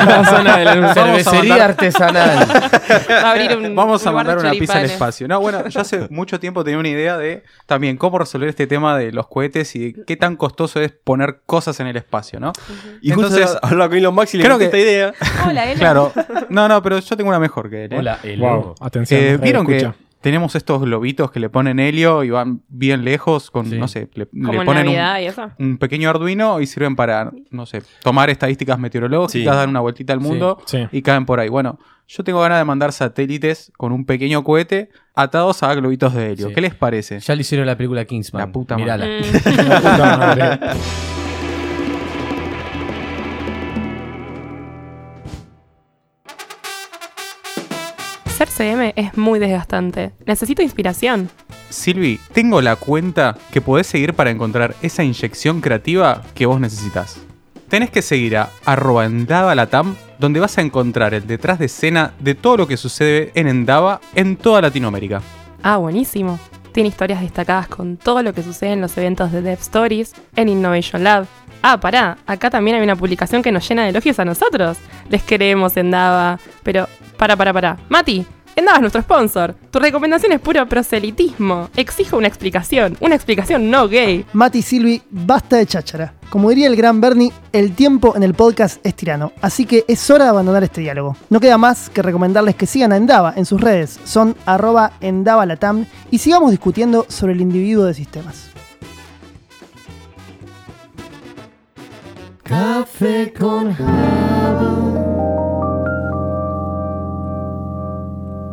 A: Vamos a
F: Cervecería
A: mandar-
F: artesanal.
D: Va a abrir un-
A: Vamos
D: un
A: a
D: lugar de
A: mandar una pizza al
D: choripanes.
A: espacio. No, bueno, yo hace mucho tiempo tenía una idea de también cómo resolver este tema de los cohetes y de qué tan costoso es poner cosas en el espacio, ¿no?
B: Y justo
A: Entonces-
B: hablaba con Elon Musk y le
A: Creo
B: conté
A: que-
B: esta idea.
D: Hola, Ela.
A: Claro. No, no, pero yo tengo una mejor que él. ¿eh?
F: Hola, el
C: wow, atención.
A: Eh,
C: radio
A: ¿Vieron que
C: escucha.
A: tenemos estos globitos que le ponen helio y van bien lejos con,
F: Sí.
A: no sé, le,
D: Como
A: le
D: en
A: ponen un,
D: Navidad y eso.
A: un pequeño Arduino y sirven para, no sé, tomar estadísticas meteorológicas,
B: Sí.
A: dar una vueltita al
F: Sí,
A: mundo
C: sí.
A: y caen por ahí. Bueno, yo tengo ganas de mandar satélites con un pequeño cohete atados a globitos de helio.
F: Sí.
A: ¿Qué les parece?
F: Ya le hicieron la película Kingsman.
A: La puta madre.
F: Mirala.
D: Mm.
C: La puta madre.
D: Ser CM es muy desgastante. Necesito inspiración.
A: Silvi, tengo la cuenta que podés seguir para encontrar esa inyección creativa que vos necesitas. Tenés que seguir a arroba Endava Latam, donde vas a encontrar el detrás de escena de todo lo que sucede en Endava en toda Latinoamérica.
D: Ah, buenísimo. Tiene historias destacadas con todo lo que sucede en los eventos de Dev Stories, en Innovation Lab. Ah, pará, acá también hay una publicación que nos llena de elogios a nosotros. Les queremos, Endava. Pero, para, para, para. Mati, Endava es nuestro sponsor. Tu recomendación es puro proselitismo. Exijo una explicación. Una explicación no gay.
G: Mati Silvi, basta de cháchara. Como diría el gran Bernie, el tiempo en el podcast es tirano, así que es hora de abandonar este diálogo. No queda más que recomendarles que sigan a Endava en sus redes, son arroba endavalatam y sigamos discutiendo sobre el individuo de sistemas.
E: Café con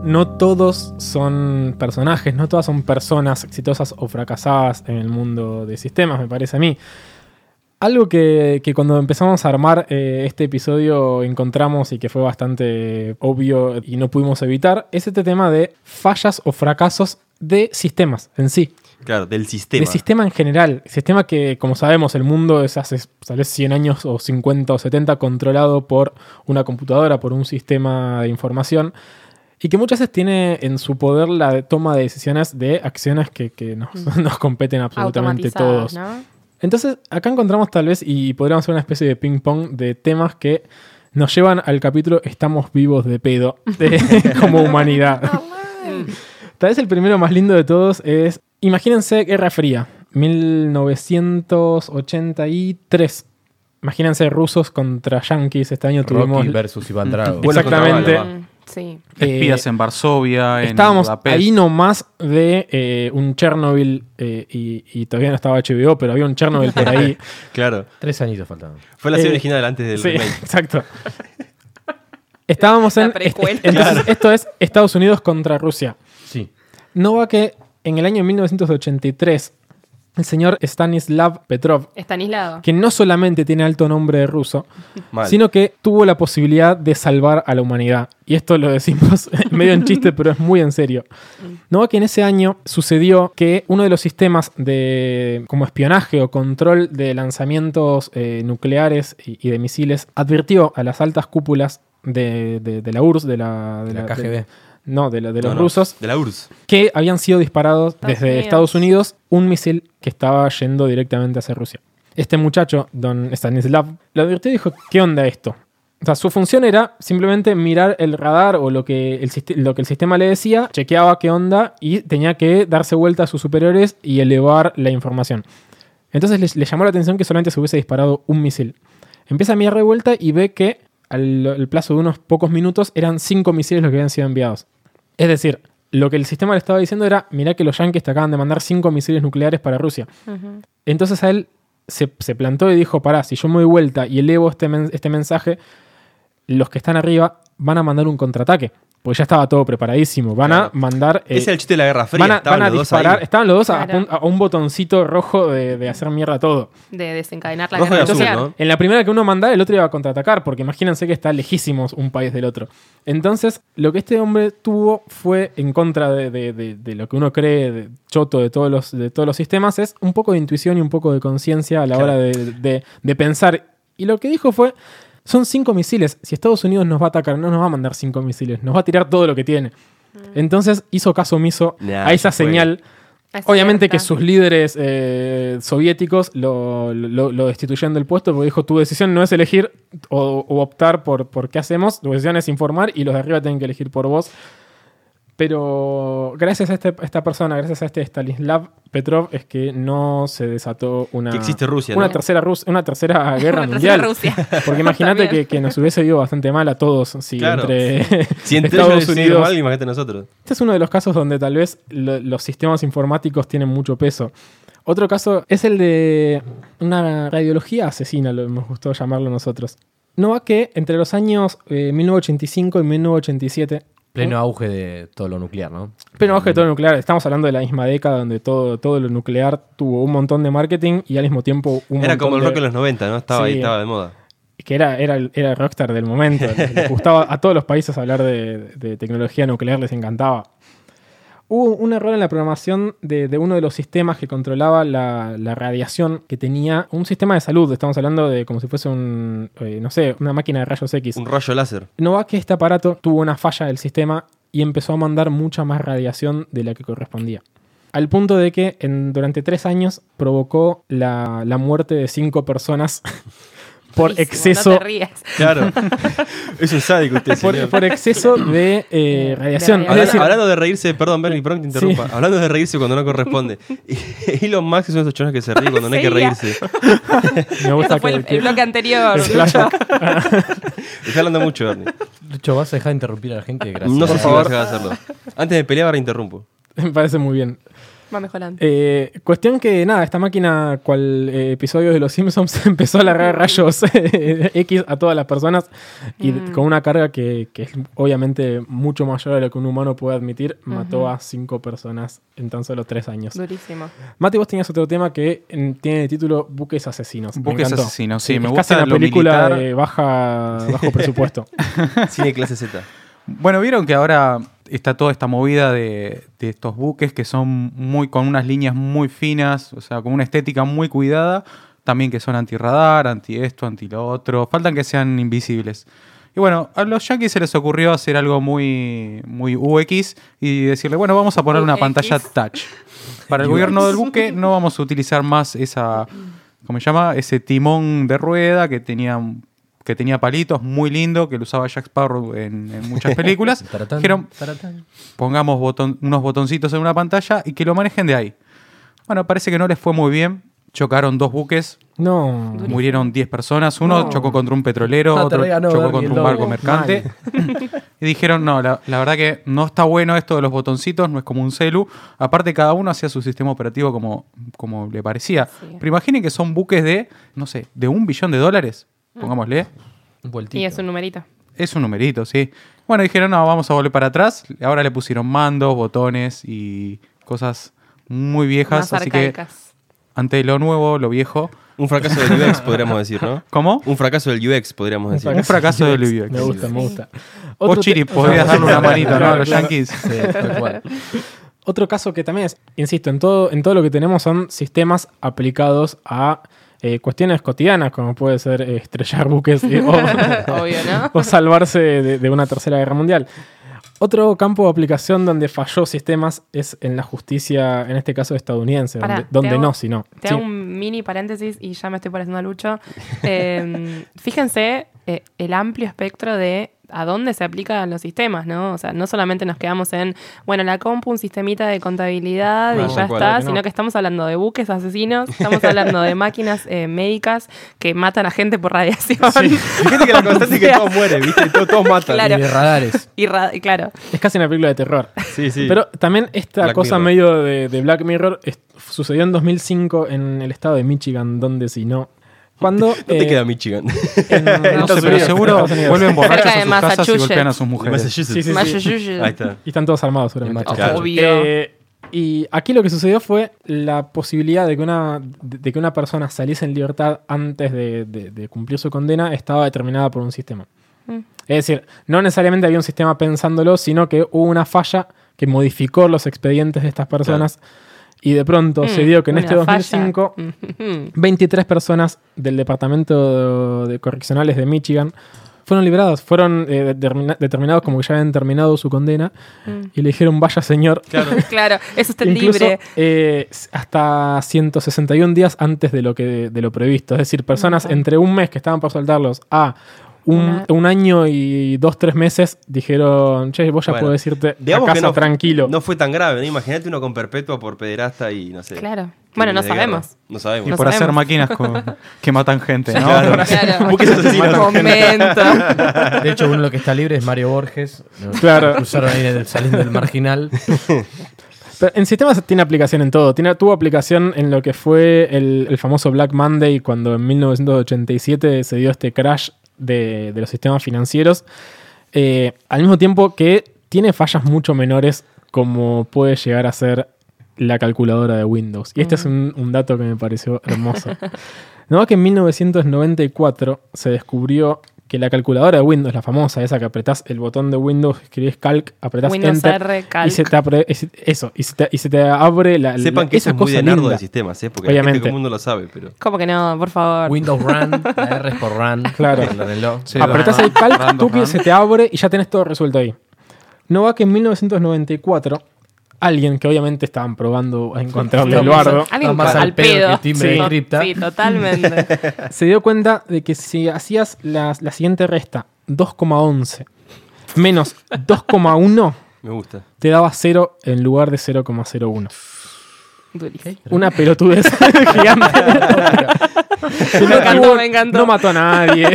C: No todos son personajes, no todas son personas exitosas o fracasadas en el mundo de sistemas, me parece a mí. Algo que, que cuando empezamos a armar eh, este episodio encontramos y que fue bastante obvio y no pudimos evitar es este tema de fallas o fracasos de sistemas en sí.
B: Claro, del sistema.
C: De sistema en general. Sistema que, como sabemos, el mundo es hace tal vez 100 años o 50 o 70 controlado por una computadora, por un sistema de información. Y que muchas veces tiene en su poder la toma de decisiones de acciones que, que nos, nos competen absolutamente todos.
D: Automatizadas, ¿no?
C: Entonces, acá encontramos tal vez, y podríamos hacer una especie de ping-pong de temas que nos llevan al capítulo Estamos vivos de pedo, de- como humanidad.
B: Ah,
D: Mm.
C: tal vez el primero más lindo de todos es, imagínense Guerra Fría, 1983. Imagínense rusos contra yanquis, este año tuvimos...
F: Rocky versus Iván Drago.
B: Vuelo contra
C: Exactamente.
B: bala, va.
D: Mm, Sí.
C: eh,
A: Espías en Varsovia, en
C: Estábamos
A: Budapest.
C: ahí nomás de eh, un Chernobyl, eh, y, y todavía no estaba HBO, pero había un Chernobyl por ahí.
B: Claro.
F: Tres añitos faltaban.
B: Fue la serie
C: Eh,
B: original antes del
C: Sí,
B: remake.
C: exacto. Estábamos
D: La
C: en.
D: precuela.
C: este- entonces, esto es Estados Unidos contra Rusia.
F: Sí.
C: No va que en el año 1983, el señor Stanislav Petrov,
D: Está aislado.
C: que no solamente tiene alto nombre de ruso,
B: Mal.
C: sino que tuvo la posibilidad de salvar a la humanidad. Y esto lo decimos medio en chiste, pero es muy en serio. No va que en ese año sucedió que uno de los sistemas de como espionaje o control de lanzamientos eh, nucleares y, y de misiles advirtió a las altas cúpulas de, de- de la URSS, de la,
F: De la
C: de-
F: KGB.
C: no, de, la- de
B: No,
C: los
B: no,
C: rusos, eh,
B: De la URSS.
C: que habían sido disparados
D: Estados
C: desde
D: Unidos.
C: Estados Unidos un misil que estaba yendo directamente hacia Rusia. Este muchacho, don Stanislav, lo advirtió y dijo, ¿qué onda esto? O sea, su función era simplemente mirar el radar o lo que el, sist- lo que el sistema le decía, chequeaba qué onda y tenía que darse vuelta a sus superiores y elevar la información. Entonces le, le llamó la atención que solamente se hubiese disparado un misil. Empieza a mirar de vuelta y ve que al al plazo de unos pocos minutos eran cinco misiles los que habían sido enviados. Es decir, lo que el sistema le estaba diciendo era, mirá que los yanquis te acaban de mandar cinco misiles nucleares para Rusia.
D: Ujú.
C: Entonces a él se, se plantó y dijo, pará, si yo me doy vuelta y elevo este, men- este mensaje, los que están arriba van a mandar un contraataque. Porque ya estaba todo preparadísimo. Van
B: Claro.
C: a mandar. eh,
B: es el chiste de la Guerra Fría.
C: van a,
B: estaban
C: van a
B: los dos ahí.
C: disparar. Estaban los dos a,
D: Claro.
C: pun- a un botoncito rojo de, de hacer mierda todo.
D: de desencadenar la
B: Rojo y
D: guerra
B: azul,
D: nuclear.
B: ¿no?
C: En la primera que uno manda, el otro iba a contraatacar, porque imagínense que está lejísimos un país del otro. Entonces, lo que este hombre tuvo fue, en contra de, de- de- de lo que uno cree de choto de todos, los, de todos los sistemas, es un poco de intuición y un poco de conciencia a la hora de, de- de pensar. Y lo que dijo fue, son cinco misiles, si Estados Unidos nos va a atacar, no nos va a mandar cinco misiles, nos va a tirar todo lo que tiene. Entonces hizo caso omiso
B: Mm. Nah,
C: a esa
B: ya fue.
C: señal
D: Es
C: Obviamente que
D: cierta.
C: sus líderes eh, soviéticos lo, lo- lo destituyeron del puesto porque dijo, tu decisión no es elegir o, o optar por, por qué hacemos, tu decisión es informar y los de arriba tienen que elegir por vos. Pero gracias a, este- a esta persona, gracias a este Stanislav Petrov, es que no se desató una,
B: Que existe Rusia,
C: una,
B: ¿no?
C: tercera, Rus- una tercera guerra
D: Una tercera
C: mundial.
D: Rusia.
C: Porque imagínate
D: También.
C: que, que nos hubiese ido bastante mal a todos. Si
B: Claro.
C: entre,
B: Si entre
C: Estados
B: ellos Unidos.
C: Unidos-
B: mal, imagínate nosotros.
C: Este es uno de los casos donde tal vez lo- los sistemas informáticos tienen mucho peso. Otro caso es el de una radiología asesina, lo hemos gustado llamarlo nosotros. No va que entre los años eh, 1985 y 1987,
F: Pleno auge de todo lo nuclear, ¿no?
C: pero ojo de todo lo nuclear, estamos hablando de la misma década donde todo, todo lo nuclear tuvo un montón de marketing y al mismo tiempo un
B: Era
C: montón
B: como el
C: de-
B: rock de los 90, ¿no? Estaba ahí,
C: Sí.
B: estaba de moda.
C: que era, era, el- era el rockstar del momento. Les gustaba a todos los países hablar de, de tecnología nuclear, les encantaba. Hubo un error en la programación de, de uno de los sistemas que controlaba la, la radiación que tenía un sistema de salud. Estamos hablando de como si fuese un, eh, no sé, una máquina de rayos X.
B: Un rayo láser.
C: No va que este aparato tuvo una falla del sistema y empezó a mandar mucha más radiación de la que correspondía. Al punto de que en- durante tres años provocó la, la muerte de cinco personas por
D: Buenísimo,
C: exceso
D: No te rías.
B: Claro. es un sádico usted,
C: por,
B: señor.
C: por exceso de eh, radiación.
D: De
C: Es
B: Habla-
D: radiación.
C: decir,
B: hablando de reírse, perdón, Bernie, perdón que te interrumpa. Hablando de reírse cuando no corresponde. Elon Musk es uno de esos chones que se ríe cuando no hay que
D: Sería.
B: reírse.
C: me gusta
D: Eso fue
C: que-
D: el,
C: que-
D: el bloque anterior.
C: el flashback.
B: Está hablando mucho, Bernie.
F: Lucho, vas a dejar de interrumpir a la gente, gracias.
B: No sé
F: por
B: si vas a dejar de hacerlo. Antes de pelear, ahora interrumpo.
C: me parece muy bien.
D: Va mejorando.
C: Eh, cuestión que, nada, esta máquina, cual eh, episodio de Los Simpsons, empezó a largar rayos eh, X a todas las personas y
D: Mm.
C: con una carga que, que es obviamente mucho mayor a lo que un humano puede admitir, mató a cinco personas en tan solo tres años.
D: Durísimo.
C: Mati, vos tenías otro tema que en- tiene el título Buques Asesinos. Me
A: Buques
C: encantó.
A: asesinos, sí,
C: Que
A: me
C: es
A: gusta
C: casi una
A: lo
C: película
A: militar.
C: de baja, bajo presupuesto.
B: Cine clase Z.
A: Bueno, vieron que ahora está toda esta movida de, de estos buques que son muy con unas líneas muy finas, o sea, con una estética muy cuidada, también que son antirradar, anti esto, anti lo otro, faltan que sean invisibles. Y bueno, a los yankees se les ocurrió hacer algo muy, muy UX y decirle, bueno, vamos a poner una
D: UX.
A: pantalla touch. Para el gobierno del buque no vamos a utilizar más esa, ¿cómo se llama? Ese timón de rueda que tenía, que tenía palitos, muy lindo, que lo usaba Jack Sparrow en, en muchas películas.
F: Taratán,
A: Dijeron,
F: taratán.
A: pongamos botón- unos botoncitos en una pantalla y que lo manejen de ahí. Bueno, parece que no les fue muy bien. Chocaron dos buques,
C: No.
D: Durísimo.
A: murieron 10 personas. Uno
C: No.
A: chocó contra un petrolero,
F: No, te
A: otro
F: regas, no,
A: chocó
F: Bernie,
A: contra
F: el
A: un barco
F: lobo.
A: mercante. y dijeron, no, la, la verdad que no está bueno esto de los botoncitos, no es como un celu. Aparte, cada uno hacía su sistema operativo como, como le parecía.
D: Sí.
A: Pero imaginen que son buques de, no sé, de un billón de dólares, pongámosle.
F: Un vueltito.
D: Y es un numerito.
A: Es un numerito, sí. Bueno, dijeron, no, vamos a volver para atrás. Ahora le pusieron mandos, botones y cosas muy viejas.
D: Más
A: Así que
D: arcaicas.
A: ante lo nuevo, lo viejo.
B: Un fracaso del UX, podríamos decir, ¿no?
A: ¿cómo?
B: Un fracaso del UX, podríamos decir.
A: Un fracaso del UX.
C: Me gusta, me gusta.
A: Vos,
C: Otro te-
A: Chiri, podrías darle una manita, ¿no? A los
C: Claro,
A: yankees.
F: Sí, tal cual.
C: Otro caso que también es, insisto, en todo, en todo lo que tenemos son sistemas aplicados a eh, cuestiones cotidianas, como puede ser eh, estrellar buques eh, o,
D: Obvio, ¿no?
C: o salvarse de, de una tercera guerra mundial. Otro campo de aplicación donde falló sistemas es en la justicia, en este caso estadounidense,
D: Pará,
C: donde,
D: te
C: donde
D: hago-
C: no, sino.
D: Te hago un mini paréntesis y ya me estoy pareciendo a Lucho. Eh, fíjense eh, el amplio espectro de a dónde se aplican los sistemas, ¿no? O sea, no solamente nos quedamos en, bueno, la compu, un sistemita de contabilidad
B: No,
D: y ya
B: tal cual,
D: está,
C: que no.
D: sino que estamos hablando de buques asesinos, estamos hablando de máquinas eh, médicas que matan a gente por radiación.
B: Fíjate que la constante es que
D: O sea,
B: todos mueren, ¿viste? Todos, todos matan.
D: Claro.
F: Y de radares.
D: Y, ra- y claro,
C: Es casi una película de terror.
B: Sí, sí.
C: Pero también esta
B: Black
C: cosa
B: Mirror.
C: medio de, de Black Mirror es- sucedió en 2005 en el estado de Michigan, donde si no. Cuando.
B: No te
C: eh,
B: queda Michigan.
C: en
A: No sé,
C: Estados
A: pero
C: Unidos, en
A: seguro
C: Estados Unidos.
A: vuelven borrachos
D: Cerca de
A: a sus casas y
D: Massachusetts.
A: golpean a sus mujeres.
B: Massachusetts.
C: Sí, sí, sí.
B: Ahí está.
C: Y están todos armados, seguramente.
F: Macho.
B: Claro.
D: Obvio.
C: Eh, y aquí lo que sucedió fue la posibilidad de que una, de de que una persona saliese en libertad antes de, de- de cumplir su condena estaba determinada por un sistema.
D: Mm.
C: Es decir, no necesariamente había un sistema pensándolo, sino que hubo una falla que modificó los expedientes de estas personas y de pronto se dio que en
D: Mm, Una
C: este
D: falla. Mm.
C: 2005 23 personas del Departamento de Correccionales de Michigan fueron liberados, fueron eh, determina- determinados como que ya habían terminado su condena
D: Mm.
C: y le dijeron, vaya señor,
D: claro, es usted
C: incluso
D: libre.
C: eh, s- hasta 161 días antes de lo, que, de lo previsto. Es decir, personas
D: Ujú.
C: entre un mes que estaban por soltarlos a un,
D: Una-
C: un año y dos, tres meses, dijeron, che, vos ya
B: Bueno,
C: puedes irte a
B: Digamos que
C: casa
B: no,
C: tranquilo.
B: no fue tan grave. ¿no? Imagínate uno con perpetua por pederasta y no sé.
D: Claro.
B: crímenes
D: Bueno, no
B: de guerra.
D: sabemos.
B: No
A: Y
B: sabemos.
D: No
A: por hacer
D: sabemos.
A: máquinas con- que matan gente, ¿no?
D: Claro.
B: Buques asesinos.
D: Momento.
F: De hecho, uno de los que está libre es Mario Borges. ¿no?
C: Claro.
F: Cruzaron ahí del- saliendo del marginal.
C: Pero en sistemas tiene aplicación en todo. Tiene, tuvo aplicación en lo que fue el, el famoso Black Monday cuando en 1987 se dio este crash de, de los sistemas financieros. Eh, al mismo tiempo que tiene fallas mucho menores como puede llegar a ser la calculadora de Windows. Y este es un, un dato que me pareció hermoso. No, que en 1994 se descubrió que la calculadora de Windows, la famosa, esa que apretás el botón de Windows, escribís calc, apretás
D: Windows
C: enter,
D: R,
C: y
D: Calc.
C: se te abre, y se- eso, y se te, y se te abre la.
B: Sepan
C: la-
B: que eso
C: esa
B: es muy
C: cosa
B: de nardo
C: linda.
B: de sistemas, ¿eh? porque la gente
C: Obviamente.
B: todo el mundo lo sabe, pero.
D: ¿Cómo que no? Por favor.
F: Windows Run, la R es por Run.
C: Claro.
F: en el reloj.
A: Sí,
C: Apretás
A: va.
C: el calc,
A: Random,
C: tuki,
A: ¿no?
C: se te abre y ya tenés todo resuelto ahí. No va que en 1994, alguien que obviamente estaban probando a encontrarle el bardo,
D: Alguien
F: Más
D: con-
F: al
D: al
F: pedo
D: pedo.
F: que timbre de
D: Sí.
F: cripta.
D: Sí, totalmente.
C: se dio cuenta de que si hacías la, la siguiente resta, 2,11 menos 2,1,
B: Me gusta.
C: te daba 0 en lugar de 0,01.
D: Durísimo.
C: Una pelotudez gigante.
D: Me encantó,
C: tuvo-
D: me encantó.
C: No mató a nadie.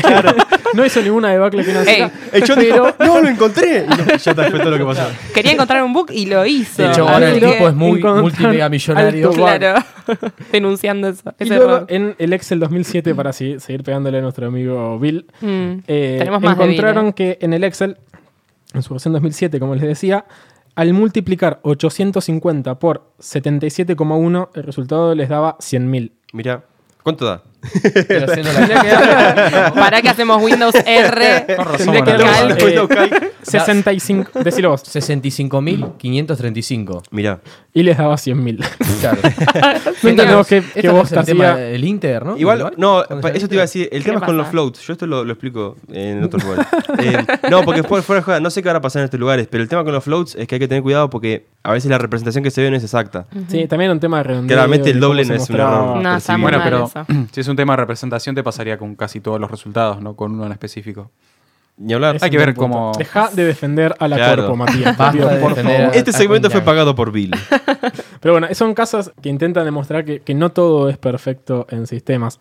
C: No hizo ninguna debacle financiera.
B: El John
C: pero
B: dijo, no, lo encontré. Y no, ya te afectó lo que pasó.
D: Quería encontrar un book y lo hizo.
F: De hecho,
D: Así
F: ahora el
D: que-
F: tipo es muy
C: encontrar
F: multimegamillonario.
C: alto-
D: Claro. Denunciando eso.
C: y
D: ese
C: luego
D: error.
C: en el Excel 2007, para así seguir pegándole a nuestro amigo Bill,
D: Mm.
C: eh,
D: Tenemos más de Bill,
C: encontraron
D: eh.
C: que en el Excel, en su versión 2007, como les decía, al multiplicar 850 por 77,1, el resultado les daba 100.000.
B: Mirá, ¿cuánto da?
F: Pero haciendo la-
D: ¿Para qué hacemos Windows R?
A: Con razón,
C: Tendría que
A: bueno,
C: haber,
B: Calc. Windows
C: eh, 65, decilo vos,
F: 65.535.
B: Mirá.
C: y les daba 100.000.
F: Claro.
C: No entendemos que,
F: Este
C: que
F: no
C: vos
F: es el tema
C: hacía...
F: del Inter, ¿no?
B: Igual, no,
F: ¿Cuándo
B: pa-
F: se
B: eso te
F: llama?
B: iba a decir. El tema es con los
D: pasa?
B: floats. Yo esto lo, lo explico en otro lugar. Eh, no, porque fuera, fuera de joda, no sé qué va a pasar en estos lugares, pero el tema con los floats es que hay que tener cuidado porque a veces la representación que se ve no es exacta.
C: Sí, también era un tema de redondeo.
B: Claramente el
C: de cómo
B: doble
C: se
B: no es un
C: mostraba.
B: error.
D: Mm. No, está
B: percibido.
D: muy
A: Bueno,
D: mal
A: pero
D: eso.
A: si es un tema de representación, te pasaría con casi todos los resultados, no con uno en específico.
B: Ni hablar.
C: Es
A: Hay que
C: un
A: ver
C: buen punto.
A: cómo-
C: Deja de defender a la
B: Claro.
C: cuerpo, Matías. te
F: Basta
C: pido,
F: de
C: por
F: defender
C: favor.
F: a-
B: Este segmento fue
F: Acuñado.
B: pagado por Bill.
C: Pero bueno, son casos que intentan demostrar que, que no todo es perfecto en sistemas.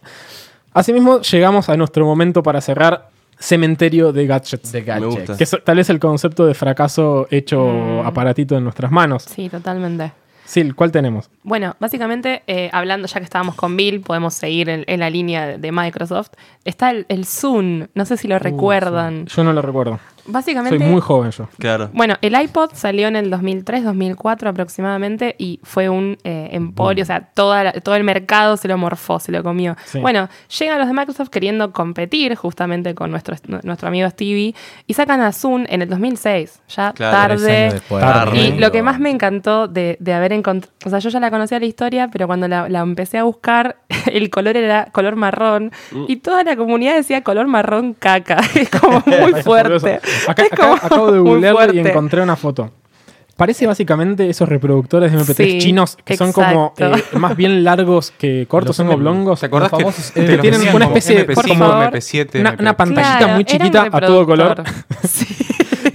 C: Asimismo, llegamos a nuestro momento para cerrar cementerio de gadgets.
F: De
B: Me
F: gadgets.
B: gusta.
C: que es tal vez el concepto de fracaso hecho
D: Mm.
C: aparatito en nuestras manos.
D: Sí, totalmente.
C: Sil, ¿cuál tenemos?
D: Bueno, básicamente, eh, hablando ya que estábamos con Bill, podemos seguir en, en la línea de, de Microsoft. Está el, el Zoom, no sé si lo recuerdan.
C: Yo no lo recuerdo.
D: Básicamente,
C: Uh, Soy muy joven yo.
B: Claro.
D: bueno, el iPod salió en el 2003, 2004 aproximadamente y fue un eh, emporio, o sea, toda la- todo el mercado se lo morfó, se lo comió.
C: Sí.
D: Bueno, llegan los de Microsoft queriendo competir justamente con nuestro, nuestro amigo Stevie y sacan a Zoom en el 2006, ya
B: Claro,
F: Tres
D: tarde.
F: años después.
C: Tarde.
D: Y lo que más me encantó de, de haber encontrado, o sea, yo ya la conocía la historia, pero cuando la, la empecé a buscar, el color era color marrón
C: Mm.
D: y toda la comunidad decía color marrón caca. Es como muy fuerte.
C: Acá,
D: Es
C: acá
D: como
C: acabo de
D: muy
C: googlearlo y
D: fuerte.
C: encontré una foto. Parece básicamente esos reproductores de MP3
D: Sí,
C: chinos que son como
D: exacto.
C: eh, más bien largos que cortos, son oblongos.
A: ¿Te acordás
C: los
A: que,
C: famosos,
A: te
C: eh,
A: los
C: que tienen
A: decían
C: una
A: como
C: especie de
A: MP5,
D: por favor,
A: MP7,
C: una,
A: MP8?
C: una pantallita muy
D: Claro, era un
C: chiquita a todo color
D: reproductor. Sí.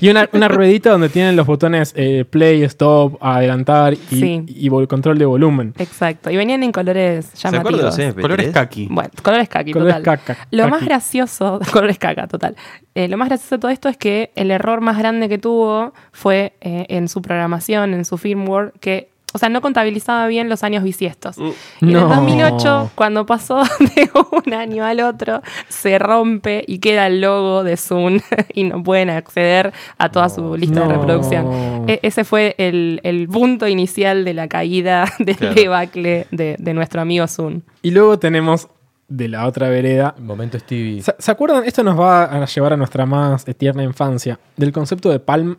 C: y una, una ruedita donde tienen los botones eh, play, stop, adelantar y,
D: Sí.
C: y vol- control de volumen.
D: Exacto. Y venían en colores
B: ¿Se acuerdan de
D: llamativos.
B: los MP3?
A: Colores kaki.
D: Bueno, colores caqui,
C: Colores
D: total.
C: caca-
D: Lo
C: caqui.
D: más gracioso, colores caca, total. Eh, lo más gracioso de todo esto es que el error más grande que tuvo fue eh, en su programación, en su firmware, que o sea, no contabilizaba bien los años bisiestos.
B: Mm.
D: Y en
C: No.
D: el 2008, cuando pasó de un año al otro, se rompe y queda el logo de Zoom y no pueden acceder a toda su lista de
C: No.
D: reproducción. E- ese fue el, el punto inicial de la caída del
B: Claro.
D: debacle de, de nuestro amigo Zoom.
C: Y luego tenemos de la otra vereda.
F: Momento Stevie.
C: ¿Se, se acuerdan? Esto nos va a llevar a nuestra más tierna infancia. Del concepto de Palm,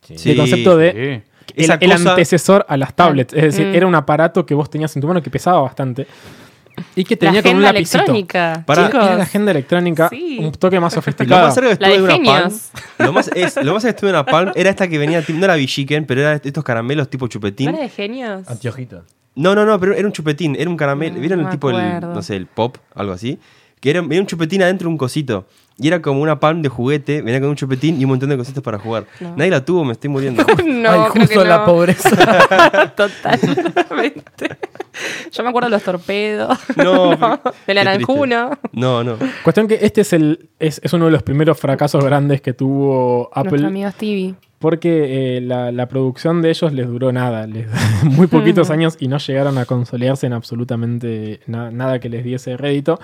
B: Sí,
C: del concepto de el,
A: Esa
C: el
A: cosa-
C: antecesor a las tablets. Es decir,
D: Mm.
C: era un aparato que vos tenías en tu mano que pesaba bastante. Y que
D: La
C: tenía con un
D: agenda
C: lapicito.
D: electrónica.
B: Pará.
D: chicos.
C: Era la agenda electrónica,
D: Sí.
C: un toque más
B: Lo
C: sofisticado.
B: más cerca que
D: La de
B: estuve de una palm.
D: genios.
B: Lo más, es, lo más cerca que estuve de una palm era esta que venía, tipo- no era Villiquen, pero era estos caramelos tipo
D: ¿No
B: chupetín.
D: era de genios?
F: Antiojito.
B: No, no, no, pero era un chupetín, era un caramelo.
D: No,
B: ¿Vieron
D: no
B: el
D: Ah, me
B: tipo, el,
D: acuerdo.
B: no sé, el pop, algo así? Que era, era un chupetín adentro de un cosito. Y era como una palm de juguete, venía con un chupetín y un montón de cositas para jugar.
D: No.
B: Nadie la tuvo, me estoy muriendo.
D: No,
F: Ay,
D: creo que
F: justo la
D: no.
F: pobreza.
D: Totalmente. Yo me acuerdo de los torpedos.
B: No, qué
D: del naranjuno.
B: no, no.
C: Cuestión que este es, el, es, es uno de los primeros fracasos grandes que tuvo
D: Nuestro
C: Apple
D: amigo Stevie.
C: porque eh, la, la producción de ellos les duró nada, les, muy poquitos años y no llegaron a consolidarse en absolutamente na- nada que les diese rédito.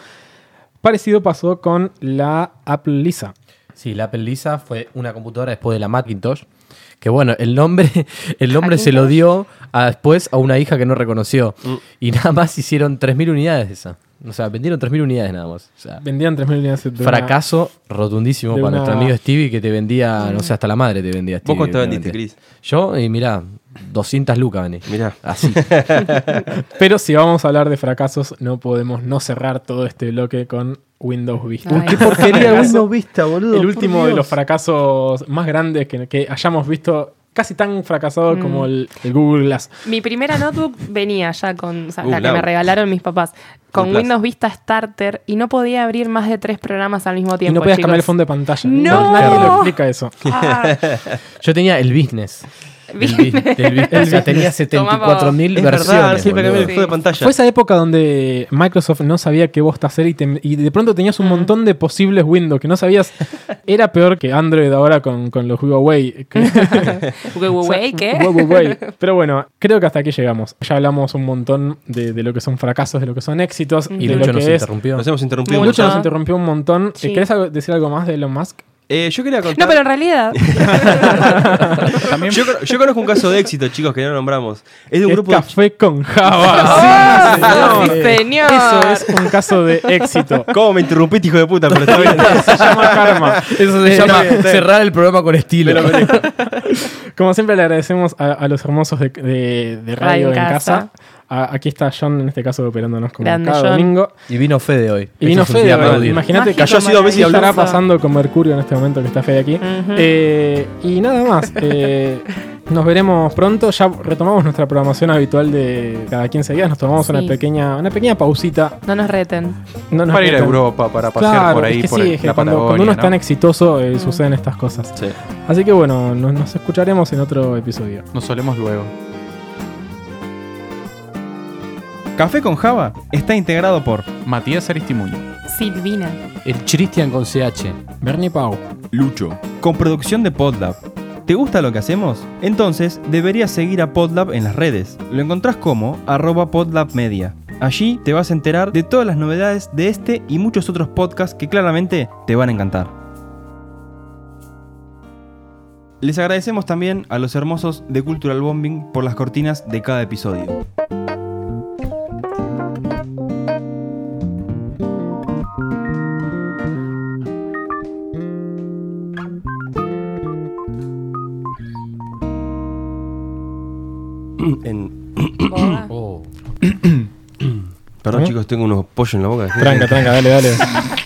C: Parecido pasó con la Apple Lisa.
F: Sí, la Apple Lisa fue una computadora después de la Macintosh. Que bueno, el nombre, el nombre se lo dio a- después a una hija que no reconoció. Y nada más hicieron 3.000 unidades de esa. O sea, vendieron 3.000 unidades nada más. O sea,
C: Vendían 3.000 unidades de una-
F: fracaso rotundísimo
C: de
F: para
C: una-
F: nuestro amigo Stevie que te vendía, no sé, hasta la madre te vendía. Stevie,
B: ¿Vos cuánto vendiste,
F: directamente.
B: Cris?
F: Yo, y mirá, 200 lucas vendí.
B: Mirá.
F: Así.
C: Pero si vamos a hablar de fracasos, no podemos no cerrar todo este bloque con Windows Vista.
D: Ay.
C: qué porquería Windows
E: Vista, boludo.
C: El último de los fracasos más grandes que, que hayamos visto, casi tan
D: Mm.
C: fracasado como el, el Google Glass.
D: Mi primera notebook venía ya con, o sea,
B: Google
D: la que me
B: Out.
D: regalaron mis papás, con
B: Plus.
D: Windows Vista Starter y no podía abrir más de tres programas al mismo
C: Y
D: tiempo.
C: no podías cambiar el
D: chicos.
C: fondo de pantalla.
D: ¡No!
C: Nadie lo explica eso.
D: Ah,
F: Yo tenía el business. El
D: bien.
F: business. El business. O sea, tenía 74.000
B: Es
F: versiones.
B: verdad, siempre cambié el
F: boludo.
B: fondo de pantalla.
C: Fue esa época donde Microsoft no sabía qué vos hacer y, te- y de pronto tenías
D: Mm.
C: un montón de posibles Windows que no sabías. Era peor que Android ahora con, con los Huawei. que-
D: Huawei, ¿qué?
C: Huawei. Pero bueno, creo que hasta aquí llegamos. Ya hablamos un montón de, de lo que son fracasos, de lo que son éxitos
D: Mm.
F: Y
C: y de lo
F: Lucho
C: que
F: nos
C: es.
F: interrumpió.
B: Nos hemos interrumpido
D: Mucho.
C: Lucho
B: mucho.
C: nos interrumpió un montón. Eh,
D: Sí.
C: ¿Querés algo- decir algo más de Elon Musk?
B: Eh, yo quería
D: No,
B: contar.
D: pero en realidad.
A: También
B: yo, cono- yo conozco un caso de éxito, chicos, que no nombramos. Es de un
C: Es
B: grupo. de-
C: café con Java.
D: ¡Ah,
C: Sí,
D: sí,
C: señor.
D: señor!
C: Eso es un caso de éxito.
B: ¿Cómo me interrumpiste, hijo de puta? Pero está bien.
C: Se llama karma.
F: Eso se
B: Está
F: llama
B: bien, está bien.
F: cerrar el programa con estilo.
C: Como siempre le agradecemos a, a los hermosos de, de- de Radio en Casa.
D: Casa.
C: A- aquí está John, en este caso, operándonos como
D: Grande,
C: cada
D: John.
C: domingo.
F: Y vino Fede hoy.
C: Y vino
F: Eso Este es un
C: Fede,
F: día
C: ahora,
F: aplaudido.
C: imagínate
D: Mágico,
B: Cayó así dos veces y
C: qué
B: habló.
C: estará
D: maravilloso.
C: pasando con Mercurio en este momento que está Fede aquí.
D: Ujú.
C: Eh, y nada más, eh, nos veremos pronto. Ya retomamos nuestra programación habitual de cada 15 días. Nos tomamos una
D: Sí.
C: pequeña una pequeña pausita.
D: No nos reten.
C: No nos
A: para ir a
C: metan.
A: Europa, para pasear
C: Claro,
A: por ahí,
C: es que
A: por
C: sí,
A: el-
C: es que
A: la
C: cuando,
A: Patagonia.
C: cuando uno es tan
A: ¿no?
C: exitoso eh, suceden estas cosas.
B: Sí.
C: Así que bueno, nos- nos escucharemos en otro episodio.
A: Nos solemos luego.
H: Café con Java está integrado por
A: Matías Aristimuño.
D: Silvina.
F: El Christian con CH.
C: Bernie Pau.
H: Lucho, con producción de Podlab. ¿Te gusta lo que hacemos? Entonces deberías seguir a Podlab en las redes. Lo encontrás como arroba podlabmedia. Allí te vas a enterar de todas las novedades de este y muchos otros podcasts que claramente te van a encantar. Les agradecemos también a los hermosos de Cultural Bombing por las cortinas de cada episodio.
B: En-
D: Boa.
F: Oh.
B: Perdón, chicos, tengo unos pollos en la boca.
C: Tranca, tranca, dale, dale.